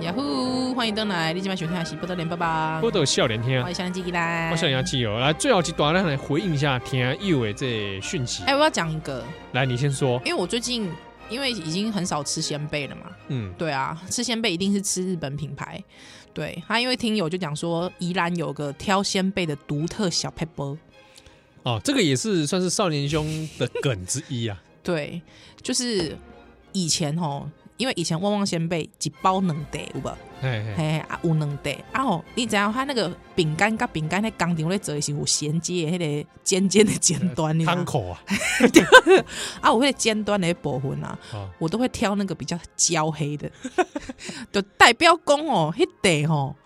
A: 呀呼，欢迎登来，你今晚喜欢听喜波多连爸爸，
B: 波多笑脸听
A: 我，是香鸡鸡啦，
B: 啊我笑脸听哦。来，最后一段让来回应一下听友的这讯息。
A: 哎，我要讲一个，
B: 来，你先说。
A: 因为我最近因为已经很少吃鲜贝了嘛，
B: 嗯，
A: 对啊，吃鲜贝一定是吃日本品牌。对他，因为听友就讲说，宜兰有个挑鲜贝的独特小 paper，
B: 哦，这个也是算是少年兄的梗之一啊。
A: 对，就是以前吼，因为以前旺旺鲜贝一包两袋有无？
B: 嘿嘿，
A: 嘿啊，有两袋啊吼，你知影它那个饼干甲饼干那工厂咧做的是有衔接的迄个尖尖的尖端，你知道吗
B: 汤口啊，
A: 啊，我迄个尖端的那部分啊，
B: 哦
A: 我都会挑那个比较焦黑的， 就代表讲哦，迄袋吼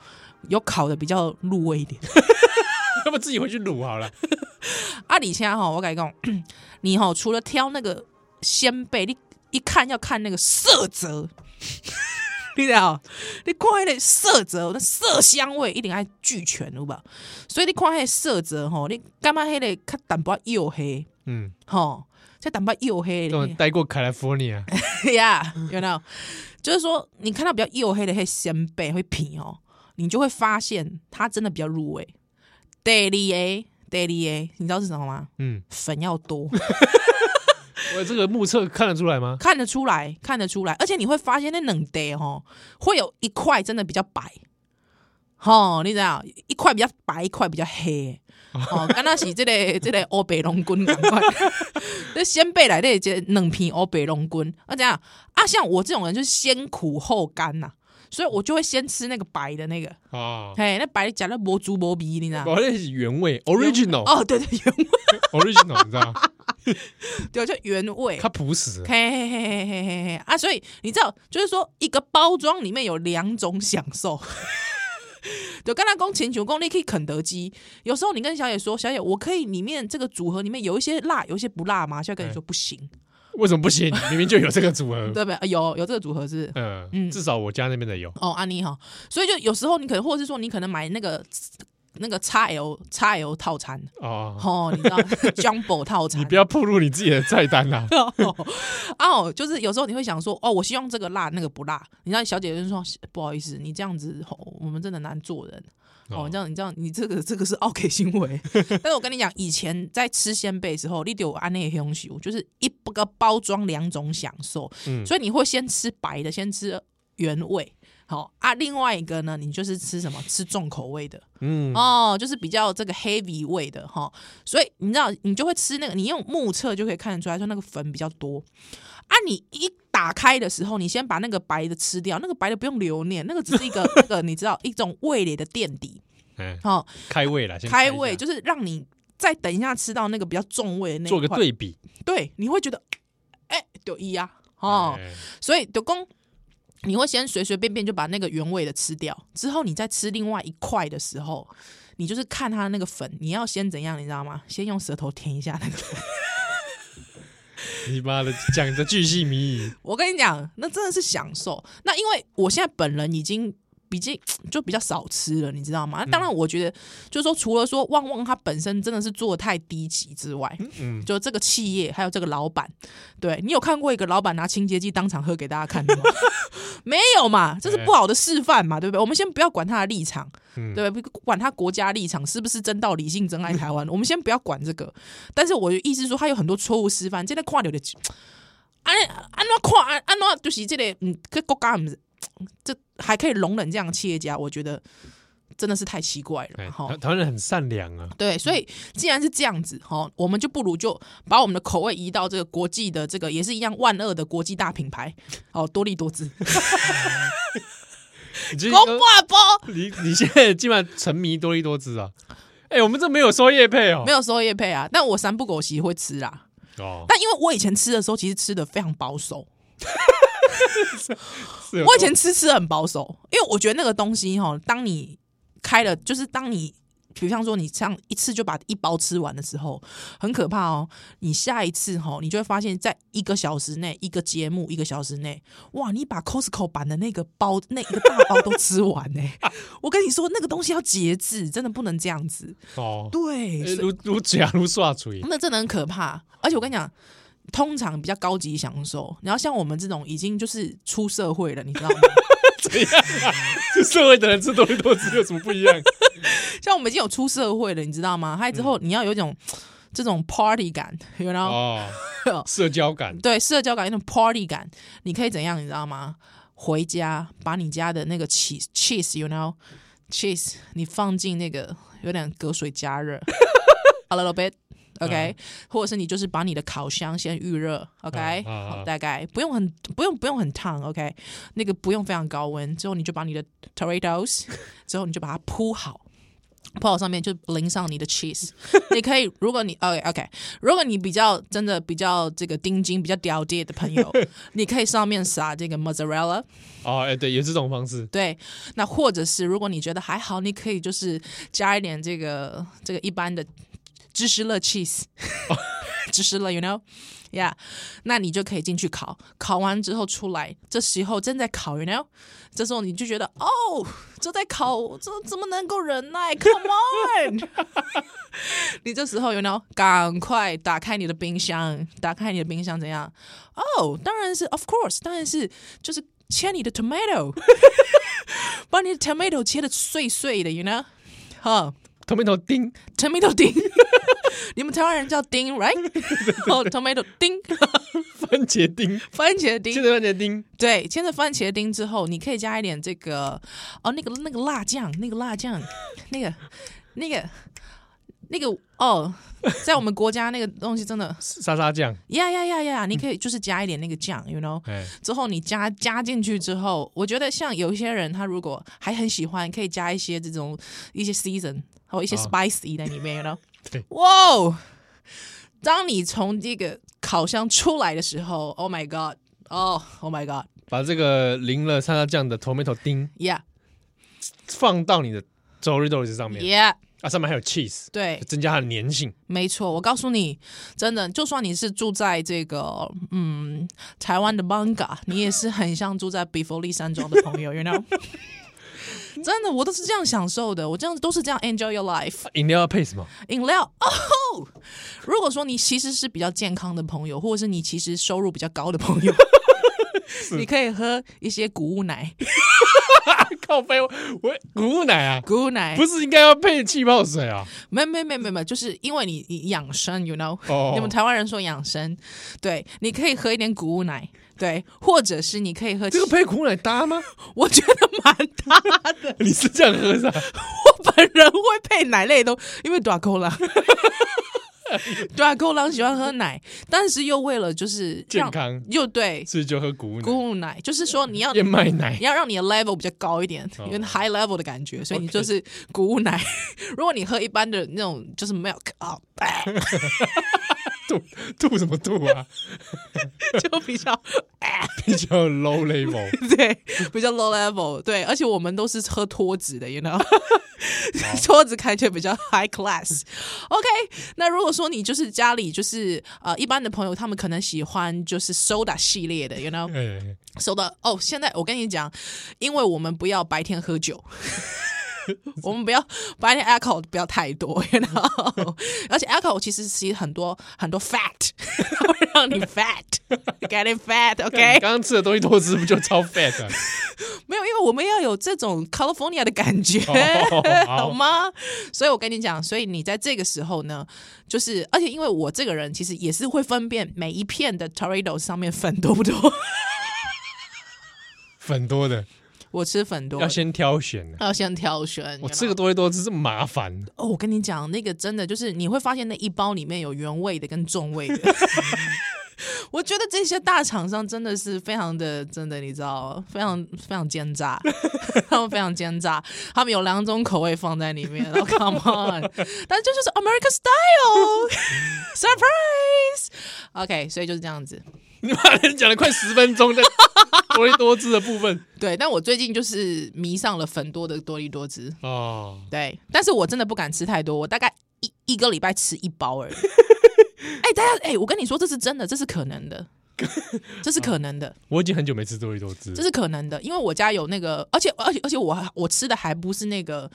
A: 有烤的比较入味一点。
B: 要不自己回去卤好了。
A: 啊，而且吼，我跟你讲， 你吼除了挑那个鲜贝，你一看要看那个色泽， 你知道？你看那个色泽，那色香味一定爱俱全，有吧？所以你看那个色泽吼，你干嘛那个较淡薄黝黑
B: 嗯，
A: 吼？这淡薄黝黑
B: 这
A: 的，
B: 种待过 California，
A: 呀，有没有？就是说，你看到比较黝黑的黑鲜贝会皮哦，你就会发现它真的比较入味。Daily A Daily A，你知道是什么吗？
B: 嗯，
A: 粉要多，
B: 我这个目测看得出来吗？
A: 看得出来，看得出来，而且你会发现那冷得哦，会有一块真的比较白，哦，你知道，一块比较白，一块比较黑，哦，刚那是这个这个欧北龙棍，赶快， 这先贝来的这冷皮欧北龙棍，啊怎样啊？像我这种人就是先苦后甘呐、所以我就会先吃那个白的那个，
B: 啊，
A: 嘿，那白的夹的磨猪磨鼻，你知道？
B: 我那是原味，original，original，
A: 哦，对对，原味，
B: 你知道吗？
A: 对，就原味，
B: 它 朴实，
A: 嘿嘿嘿嘿嘿嘿嘿啊！所以你知道，就是说一个包装里面有两种享受。就跟他讲请求功，你可以肯德基。有时候你跟小野说，小野，我可以里面这个组合里面有一些辣，有一些不辣吗？小野跟你说不行，
B: 为什么不行？明明就有这个组合。
A: 对不对？啊有有这个组合是嗯
B: 嗯，至少我家那边的有。
A: 哦，安妮哈。所以就有时候你可能，或者是说你可能买那个那个 XL XL 套餐，
B: 哦，
A: 哦，你知道 Jumbo 套餐，
B: 你不要暴露你自己的菜单啊啦。
A: 哦，哦，就是有时候你会想说，哦，我希望这个辣，那个不辣。你知道，小姐姐就说，不好意思，你这样子，哦、我们真的难做人。哦，这样你这样，你这个这个是 OK 行为。 但是我跟你讲，以前在吃鲜贝的时候，你丢安内东西，就是一个包装两种享受，
B: 嗯
A: 所以你会先吃白的，先吃原味。好、啊，另外一个呢，你就是吃什么？吃重口味的。
B: 嗯，
A: 哦，就是比较这个 heavy 味的哈，所以你知道，你就会吃那个，你用目测就可以看得出来，说那个粉比较多啊。你一打开的时候，你先把那个白的吃掉，那个白的不用留念，那个只是一 个那个你知道一种味蕾的垫底，
B: 哎，
A: 哦，
B: 开胃啦，先
A: 开
B: 一下
A: 胃就是让你再等一下吃到那个比较重味的那一
B: 做个
A: 块，
B: 对比。
A: 对，你会觉得，哎、就一啊，哦，
B: 哎，
A: 所以德公，你会先随随便便就把那个原味的吃掉，之后你再吃另外一块的时候，你就是看它那个粉，你要先怎样，你知道吗？先用舌头舔一下那个。
B: 你妈的讲的巨细靡 遗。
A: 我跟你讲，那真的是享受。那因为我现在本人已经。比较就比较少吃了，你知道吗？
B: 嗯
A: 那当然，我觉得就是说，除了说旺旺它本身真的是做的太低级之外，
B: 嗯，
A: 就这个企业还有这个老板，对你有看过一个老板拿清洁剂当场喝给大家 看的吗？没有嘛，这是不好的示范嘛，对不对？我们先不要管他的立场，
B: 嗯
A: 对不对不管他国家立场是不是真道理性、真爱台湾，我们先不要管这个。但是我的意思是说，他有很多错误示范，这个跨流的，安安怎跨安安怎就是这个嗯，这国家不是这还可以容忍这样的企业家，我觉得真的是太奇怪
B: 哎
A: 了，哈
B: 台。台湾人很善良啊。
A: 对，所以既然是这样子哈，我们就不如就把我们的口味移到这个国际的这个也是一样万恶的国际大品牌 哦，多利多姿，
B: 哎你这
A: 公挂包
B: 你你现在基本上沉迷多利多汁啊？哎、我们这没有收叶配哦
A: 没，有收叶配啊，但我三不狗席会吃啦。
B: 哦，
A: 但因为我以前吃的时候，其实吃的非常保守，
B: 是 有
A: 我以前吃吃得很保守，因为我觉得那个东西哈，当你开了，就是当你。比方说，你这样一次就把一包吃完的时候，很可怕哦。你下一次哈、你就会发现，在一个小时内，一个节目一个小时内，哇，你把 Costco 版的那个包那一个大包都吃完呢、我跟你说，那个东西要节制，真的不能这样子。
B: 哦，
A: 对，
B: 哎
A: 所以
B: 如如假如刷嘴，
A: 那真的很可怕。而且我跟你讲，通常比较高级享受，然后像我们这种已经就是出社会了，你知道吗？
B: 怎样啊？这社会的人吃多利多汁有什么不一样？
A: 像我们已经有出社会了，你知道吗？还之后你要有一种、这种 party 感，然后、
B: 哦， 社交感
A: 对社交感，有一种 party 感，你可以怎样，你知道吗？回家把你家的那个 cheese cheese，you know cheese，你放进那个有点隔水加热 a little bit。OK，、或者是你就是把你的烤箱先预热，OK，、
B: 嗯嗯嗯
A: 好，大概不用很不用不用很烫，OK，那个不用非常高温，之后你就把你的 Doritos 之后你就把它铺好，铺好上面就淋上你的 cheese。你可以，如果你 OK OK，如果你比较真的比较这个丁金比较屌爹的朋友，你可以上面撒这个 mozzarella。
B: 哦，哎，对，也是这种方式。
A: 对，那或者是如果你觉得还好，你可以就是加一点这个这个一般的芝士乐 cheese，芝士乐，you know，yeah，那你就可以进去烤，烤完之后出来，这时候正在烤，you know，这时候你就觉得哦，这在烤，这怎么能够忍耐？Come on，你这时候 you know，赶快打开你的冰箱，打开你的冰箱怎样？哦，当然是 of course，当然是就是切你的 tomato。把你的 tomato 切的碎碎的，you know，哈、
B: tomato 丁
A: t o m a t o 丁， 你们台湾人叫丁，right？哦、t o m a t o 丁，
B: 番茄丁，
A: 番茄丁
B: 现，在番茄丁
A: 对，切着番茄丁之后，你可以加一点这个，哦，那个那个辣酱，那个辣酱，那个那个那个哦，在我们国家那个东西真的，
B: 沙沙酱，
A: 呀呀呀呀，你可以就是加一点那个酱，you know，
B: 哎，
A: 之后你加加进去之后，我觉得像有一些人，他如果还很喜欢，可以加一些这种一些 season，还有一些
B: 啊
A: spicy 在里面，you know？
B: 对
A: 哇哦！当你从这个烤箱出来的时候，Oh my God！哦、o h my
B: 把这个淋了沙沙酱的 tomato 丁
A: God！Yeah，Yeah，
B: 放到你的 Doritos 上面，啊，上面还有 cheese，
A: 对，
B: 增加它的粘性。
A: 没错，我告诉你，真的，就算你是住在这个嗯台湾的 Banga，你也是很像住在比佛利山庄的朋友，you know 。 真的，我都是这样享受的，我这样都是这样 enjoy your life。
B: 饮料要配什么？
A: 饮料哦吼，如果说你其实是比较健康的朋友，或者是你其实收入比较高的朋友，你可以喝一些谷物奶，
B: 靠背，我谷物奶啊，
A: 谷物奶
B: 不是应该要配气泡水啊？
A: 没没没没没，就是因为你你养生，you know，、
B: 哦
A: 你们台湾人说养生，对，你可以喝一点谷物奶，对，或者是你可以喝
B: 这个
A: 其
B: 配谷物奶 搭吗？
A: 我觉得蛮大的，
B: 你是这样喝的啊？
A: 我本人会配奶类都，因为短 口狼，短口狼喜欢喝奶，但是又为了就是
B: 健
A: 让
B: 康
A: 又对
B: 所以就喝谷物奶、
A: 谷物奶，就是说你要
B: 燕麦奶
A: 你。要让你的 level 比较高一点，
B: 哦
A: 有点 high level 的感觉，所以你就是谷物奶。 如果你喝一般的那种就是 milk 啊、
B: 吐吐什么吐啊？
A: 就比较啊
B: 比较 low level
A: 对，比较 low level，对，而且我们都是喝脱脂的，you know，脱脂看起来比较 high class。OK，那如果说你就是家里就是呃一般的朋友，他们可能喜欢就是 soda 系列的，you know，
B: 哎，
A: soda。哦，现在我跟你讲，因为我们不要白天喝酒。 我们不要白天 alcohol 不要太多，you know? 而且 alcohol 其实其实很多很多 fat，会 让你 fat，getting fat，OK？、
B: 你刚刚吃的东西多汁，不就超 fat？的啊
A: 没有，因为我们要有这种 California 的感觉，
B: 哦好
A: 好吗？所以我跟你讲，所以你在这个时候呢，就是而且因为我这个人其实也是会分辨每一片的 Torrado 上面粉多不 多，
B: 粉多的
A: 我吃粉多
B: 要。先挑选 的。
A: 要先挑选，
B: 我
A: 你知
B: 吃
A: 道
B: 个
A: 吗
B: 多利多汁这么麻烦，
A: 哦，我跟你讲，那个真的就是你会发现那一包里面有原味的跟重味的。我觉得这些大厂商真的是非常的，真的你知道，非常非常奸诈， 他们非常奸诈，他们有两种口味放在里面。然后 Come on，但 这就是 American style，surprise。OK，所以就是这样子。
B: 你把人讲了快十分钟的多利多汁的部分
A: 对，但我最近就是迷上了粉多的多利多汁。
B: 哦，
A: 对，但是我真的不敢吃太多，我大概 一一个礼拜吃一包而已。哎、大家，哎、我跟你说，这是真的，这是可能的，这是可能的，
B: 我已经很久没吃多鱼多汁
A: 这，是可能的，因为我家有那个，而且而且而且我还我吃的还不是那个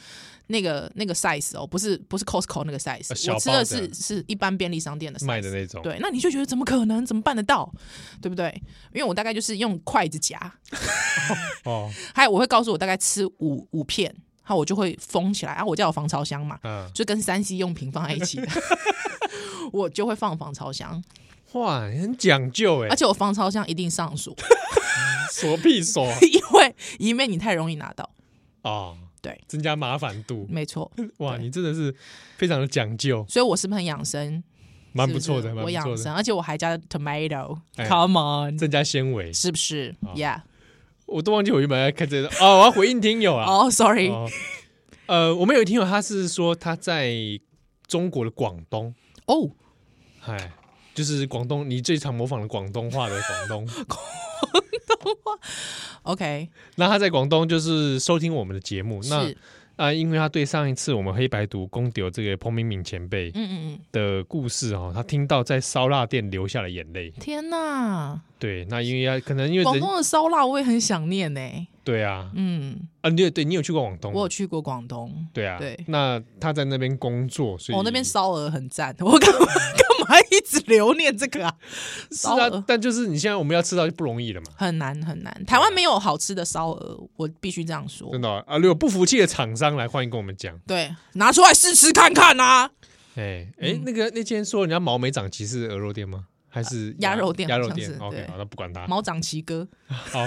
A: 那个那个 size 哦，不是不是 Costco 那个 size，、
B: 呃小
A: 我吃
B: 包
A: 的
B: 的
A: 是是一般便利商店的 size,
B: 卖的那种，
A: 对，那你就觉得怎么可能？怎么办得到？对不对？因为我大概就是用筷子夹，
B: 哦，
A: 还有我会告诉我大概吃五五片，然后我就会封起来。啊，我家有防潮箱嘛，
B: 嗯，
A: 就跟三 C 用品放在一起的 我就会放防潮箱，
B: 哇，你很讲究
A: 而
B: 哎，哦
A: 且我防潮箱一定上锁，
B: 锁屁啊锁
A: 因为以免你太容易拿到。
B: 哦，
A: 对，
B: 增加麻烦度，
A: 没错，
B: 哇，
A: 对
B: 你真的是非常的讲究，
A: 所以我是不是很养生？
B: 蛮
A: 是
B: 不
A: 不
B: 错
A: 是
B: 的，蛮
A: 我
B: 不错
A: 养
B: 的，
A: 生，而且我还加了 tomato，come、
B: 哎哦
A: on，
B: 增加纤维，
A: 是不是
B: 好
A: ？Yeah，
B: 我都忘记我原本在看这个哦，我要回应听友啊，
A: 哦、s o r r y
B: 哦，呃，我们有一听友，他是说他在中国的广东，
A: 哦，
B: 哎，就是广东，你最常模仿的广东话的广 东。
A: OK，
B: 那他在广东就是收听我们的节目，
A: 是，
B: 那
A: 嗯
B: 啊、因为他对上一次我们黑白读公丢这个彭明敏前辈
A: 嗯嗯，
B: 的故事哦，他听到在烧腊店流下了眼泪。
A: 天哪，
B: 对，那因为他可能因为
A: 广
B: 人
A: 东的烧腊我也很想念呢、
B: 对啊，
A: 嗯，
B: 啊，你有对你有去过广东吗？
A: 我有去过广东，
B: 对啊，
A: 对
B: 那他在那边工作，所以啊
A: 我、那边烧鹅很赞，我干嘛 干嘛一直留念这个啊？
B: 是
A: 烧
B: 啊
A: 鹅，
B: 但就是你现在我们要吃到就不容易了嘛。
A: 很难很难，台湾没有好吃的烧鹅，我必须这样说
B: 真。的哦啊！如果不服气的厂商来，欢迎跟我们讲。
A: 对，拿出来试吃看看啊！
B: 哎哎，
A: 嗯
B: 那个那天说人家毛没长齐是鹅肉店吗？还是
A: 鸭肉店
B: 鸭肉
A: 好像
B: 店
A: 是
B: ，OK，
A: 对
B: 好，那不 管他。
A: 毛长齐哥
B: 好，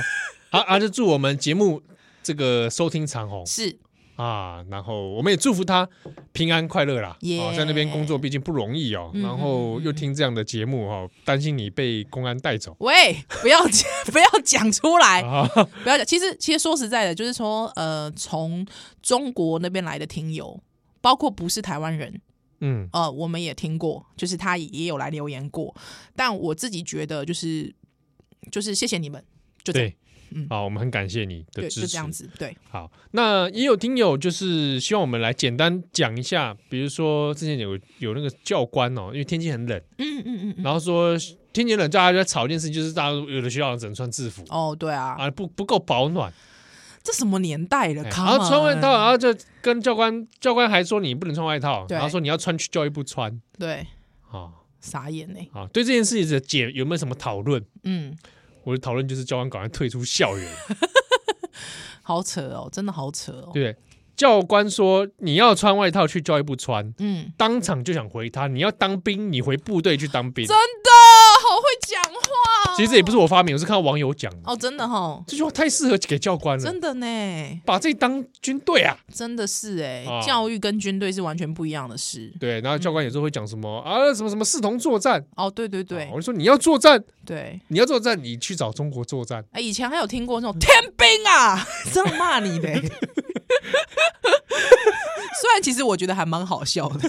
B: 啊啊，就祝我们节目这个收听长虹
A: 是
B: 啊，然后我们也祝福他平安快乐啦。
A: 耶
B: 哦，在那边工作毕竟不容易哦，
A: 嗯
B: 然后又听这样的节目哦，担心你被公安带走。
A: 喂，不要讲不要讲出来，
B: 啊，
A: 不要讲。其实其实说实在的，就是说呃，从中国那边来的听友，包括不是台湾人，
B: 嗯，
A: 呃，我们也听过，就是他也有来留言过，但我自己觉得就是就是谢谢你们，就这样嗯
B: 对，好，我们很感谢你的
A: 对，
B: 支
A: 就
B: 持。
A: 这样子，对，
B: 好，那也有听友就是希望我们来简单讲一下，比如说之前有有那个教官哦，因为天气很冷，
A: 嗯嗯嗯嗯，
B: 然后说天气冷，大家就在吵一件事情，就是大家有的学校只能穿制服
A: 哦，对啊，
B: 啊，不不够保暖，
A: 这什么年代了？
B: 哎然
A: come
B: 后穿外
A: on
B: 套，然后就跟教官教官还说你不能穿外套，
A: 对
B: 然后说你要穿去教育部穿
A: 对，
B: 啊
A: 傻眼欸呢、
B: 啊，对这件事情的解有没有什么讨论？
A: 嗯，
B: 我的讨论就是教官赶快退出校 园，
A: 好扯哦，真的好扯哦，
B: 对不对？教官说你要穿外套去教育部穿，
A: 嗯，
B: 当场就想回他：“你要当兵，你回部队去当兵。
A: 真的好会讲话、”哦，
B: 其实这也不是我发明，我是看到网友讲的。
A: 哦，真的哈、哦，
B: 这句话太适合给教官了，
A: 真的呢，
B: 把自己当军队啊！
A: 真的是哎、
B: 啊
A: 教育跟军队是完全不一样的事。
B: 对，然后教官有时候会讲什么啊，什么什么视同作战。
A: 哦，对对
B: 啊
A: 嗯对
B: 我就说你要作战，
A: 对，
B: 你要作战，你去找中国作战。
A: 哎，以前还有听过那种天兵啊， 这样骂你的 欸、虽然其实我觉得还蛮好笑的，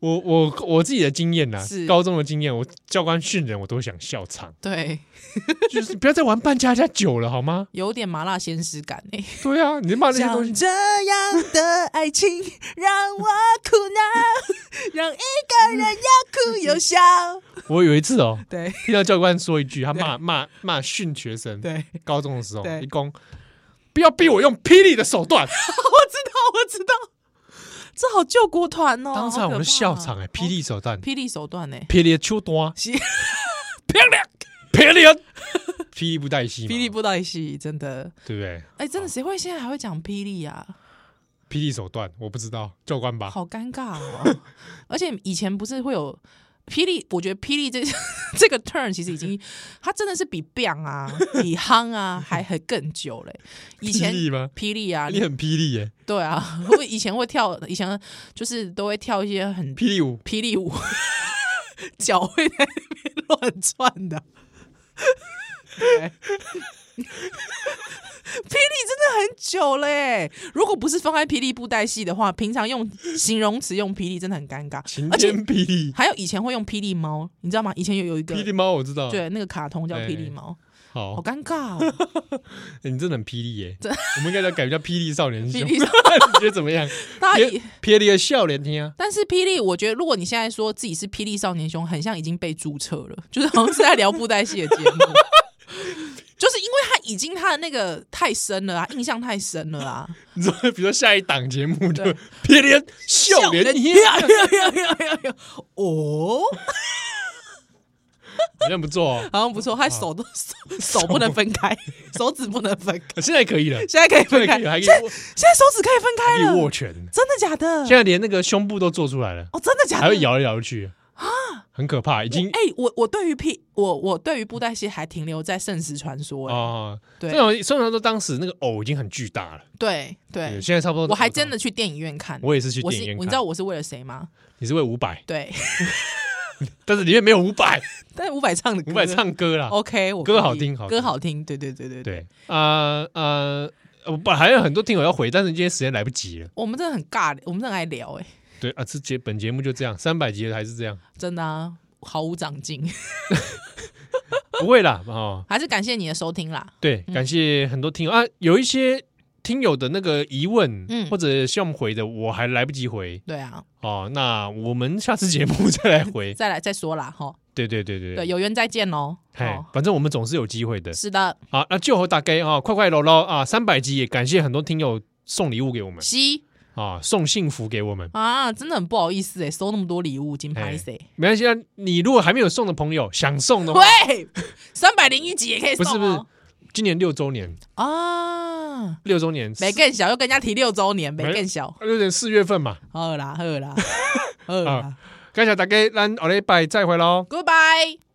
B: 我我我自己的经验呐、
A: 是，
B: 高中的经验，我教官训人我都想笑场
A: 对，
B: 就是不要再玩扮家家酒了好吗？
A: 有点麻辣鲜师感哎、
B: 对啊，你骂那些东西
A: 像，这样的爱情让我苦恼， 让一个人又哭又笑。
B: 我有一次哦，
A: 对
B: 听到教官说一句，他骂骂骂训学生，
A: 对，
B: 高中的时候，
A: 对哦
B: 一公不要逼我用霹雳的手段，
A: 我知道，我知道，这好救国团哦！
B: 当场我
A: 好可怕
B: 们的笑场哎、霹雳手段，
A: 霹雳手段呢、欸？
B: 霹雳手段，
A: 是
B: 霹雳霹雳，霹雳不带戏嘛，
A: 霹雳布袋戏真的，
B: 对不对？
A: 哎、真的谁会现在还会讲霹雳啊？
B: 霹雳手段我不知道，教官吧，
A: 好尴尬哦！ 而且以前不是会有霹雳，我觉得霹雳这 这个 turn 其实已经，它真的是比 bang 啊、比夯啊还很更久嘞。以前
B: 霹雳吗？
A: 霹雳啊，
B: 你很霹雳耶、
A: 对啊， 我以前会跳，以前就是都会跳一些很
B: 霹雳舞，
A: 霹雳舞， 脚会在那边乱转的。对 霹雳真的很久嘞，如果不是放在霹雳布袋戏的话，平常用形容词用霹雳真的很尴尬。
B: 晴
A: 而且
B: 天霹雳，
A: 还有以前会用霹雳猫，你知道吗？以前有有一个
B: 霹雳猫我知道，
A: 对那个卡通叫霹雳猫，好
B: 好，
A: 尴尬、 哦。
B: 你真的很霹雳耶！我们应该要改名叫霹雳少年
A: 霹
B: 兄，
A: 雳
B: 你
A: 少
B: 觉得 怎么样？
A: 大家以
B: 霹霹雳的笑脸听啊！
A: 但是霹雳，我觉得如果你现在说自己是霹雳少年兄，很像已经被注册了， 就是好像是在聊布袋戏的节目。 就是因为他已经他的那个太深了啊，印象太深了啊。
B: 你说，比如说下一档节目就
A: 对
B: 霹雳的笑脸听，啊
A: 哦，
B: 好像不错哦。
A: 好像不错，他手都 手手不能分开，手指不能分开，
B: 现在可以了，
A: 现在可以分
B: 现在
A: 开，
B: 可以了，还
A: 现
B: 可
A: 在
B: 以握
A: 现在手指可以分
B: 还
A: 开
B: 可以握
A: 了，
B: 拳，
A: 真的假的？
B: 现在连那个胸部都做出来了，
A: 哦，真的假的？
B: 还会摇来摇去啊，很可怕，已经
A: 哎、我我对于 P 我我对于布袋戏还停留在圣石传说、哎
B: 哦，
A: 对
B: 虽然虽然说当时那个偶已经很巨大了，
A: 对对
B: 对，，现在差不多。
A: 我还真的，去电影院看，
B: 我也是去
A: 我
B: 电
A: 是
B: 影院
A: 你
B: 看，
A: 知道我是为了谁吗？
B: 你是为五百，
A: 对，
B: 但是里面没有五百，
A: 但伍佰唱的歌
B: 五百唱歌啦。
A: OK，我
B: 歌
A: 可以
B: 好听好
A: 歌
B: 听
A: 好听，对对对对
B: 对，啊啊，呃不，还有很多听友要回，但是今天时间来不及了。
A: 我们真的很尬，我们真的很爱聊哎、
B: 对啊，这节本节目就这样，三百集了还是这样，
A: 真的啊，毫无长进，
B: 不会啦 哦。
A: 还是感谢你的收听啦。
B: 对，感谢很多听友啊，有一些听友的那个疑问，
A: 嗯
B: 或者希望我们回的，我还来不及回
A: 对啊，。
B: 哦。那我们下次节目 再来回
A: 再来再说啦哈。
B: 对对对对
A: 对，，有缘再见喽。
B: 嘿
A: 哦，，
B: 反正我们总是有机会的。
A: 是的，
B: 好，那就和大家啊，快快乐乐啊，三百集也感谢很多听友送礼物给我们
A: 西
B: 啊，送幸福给我们。
A: 啊，真的很不好意思哎、收那么多礼物，金
B: 哎
A: 拍谁？
B: 没关系啊，你如果还没有送的朋友，想送的话，
A: 喂，三百零一集也可以
B: 不
A: 送、哦，
B: 是不是，今年六周年，
A: 啊？
B: 六周年，
A: 没更小，又跟人家提六周年，没
B: 没
A: 更小，
B: 六周年四月份嘛，
A: 好啦好啦好啦
B: 啊感谢大家，咱下礼拜再会喽。
A: ，Goodbye。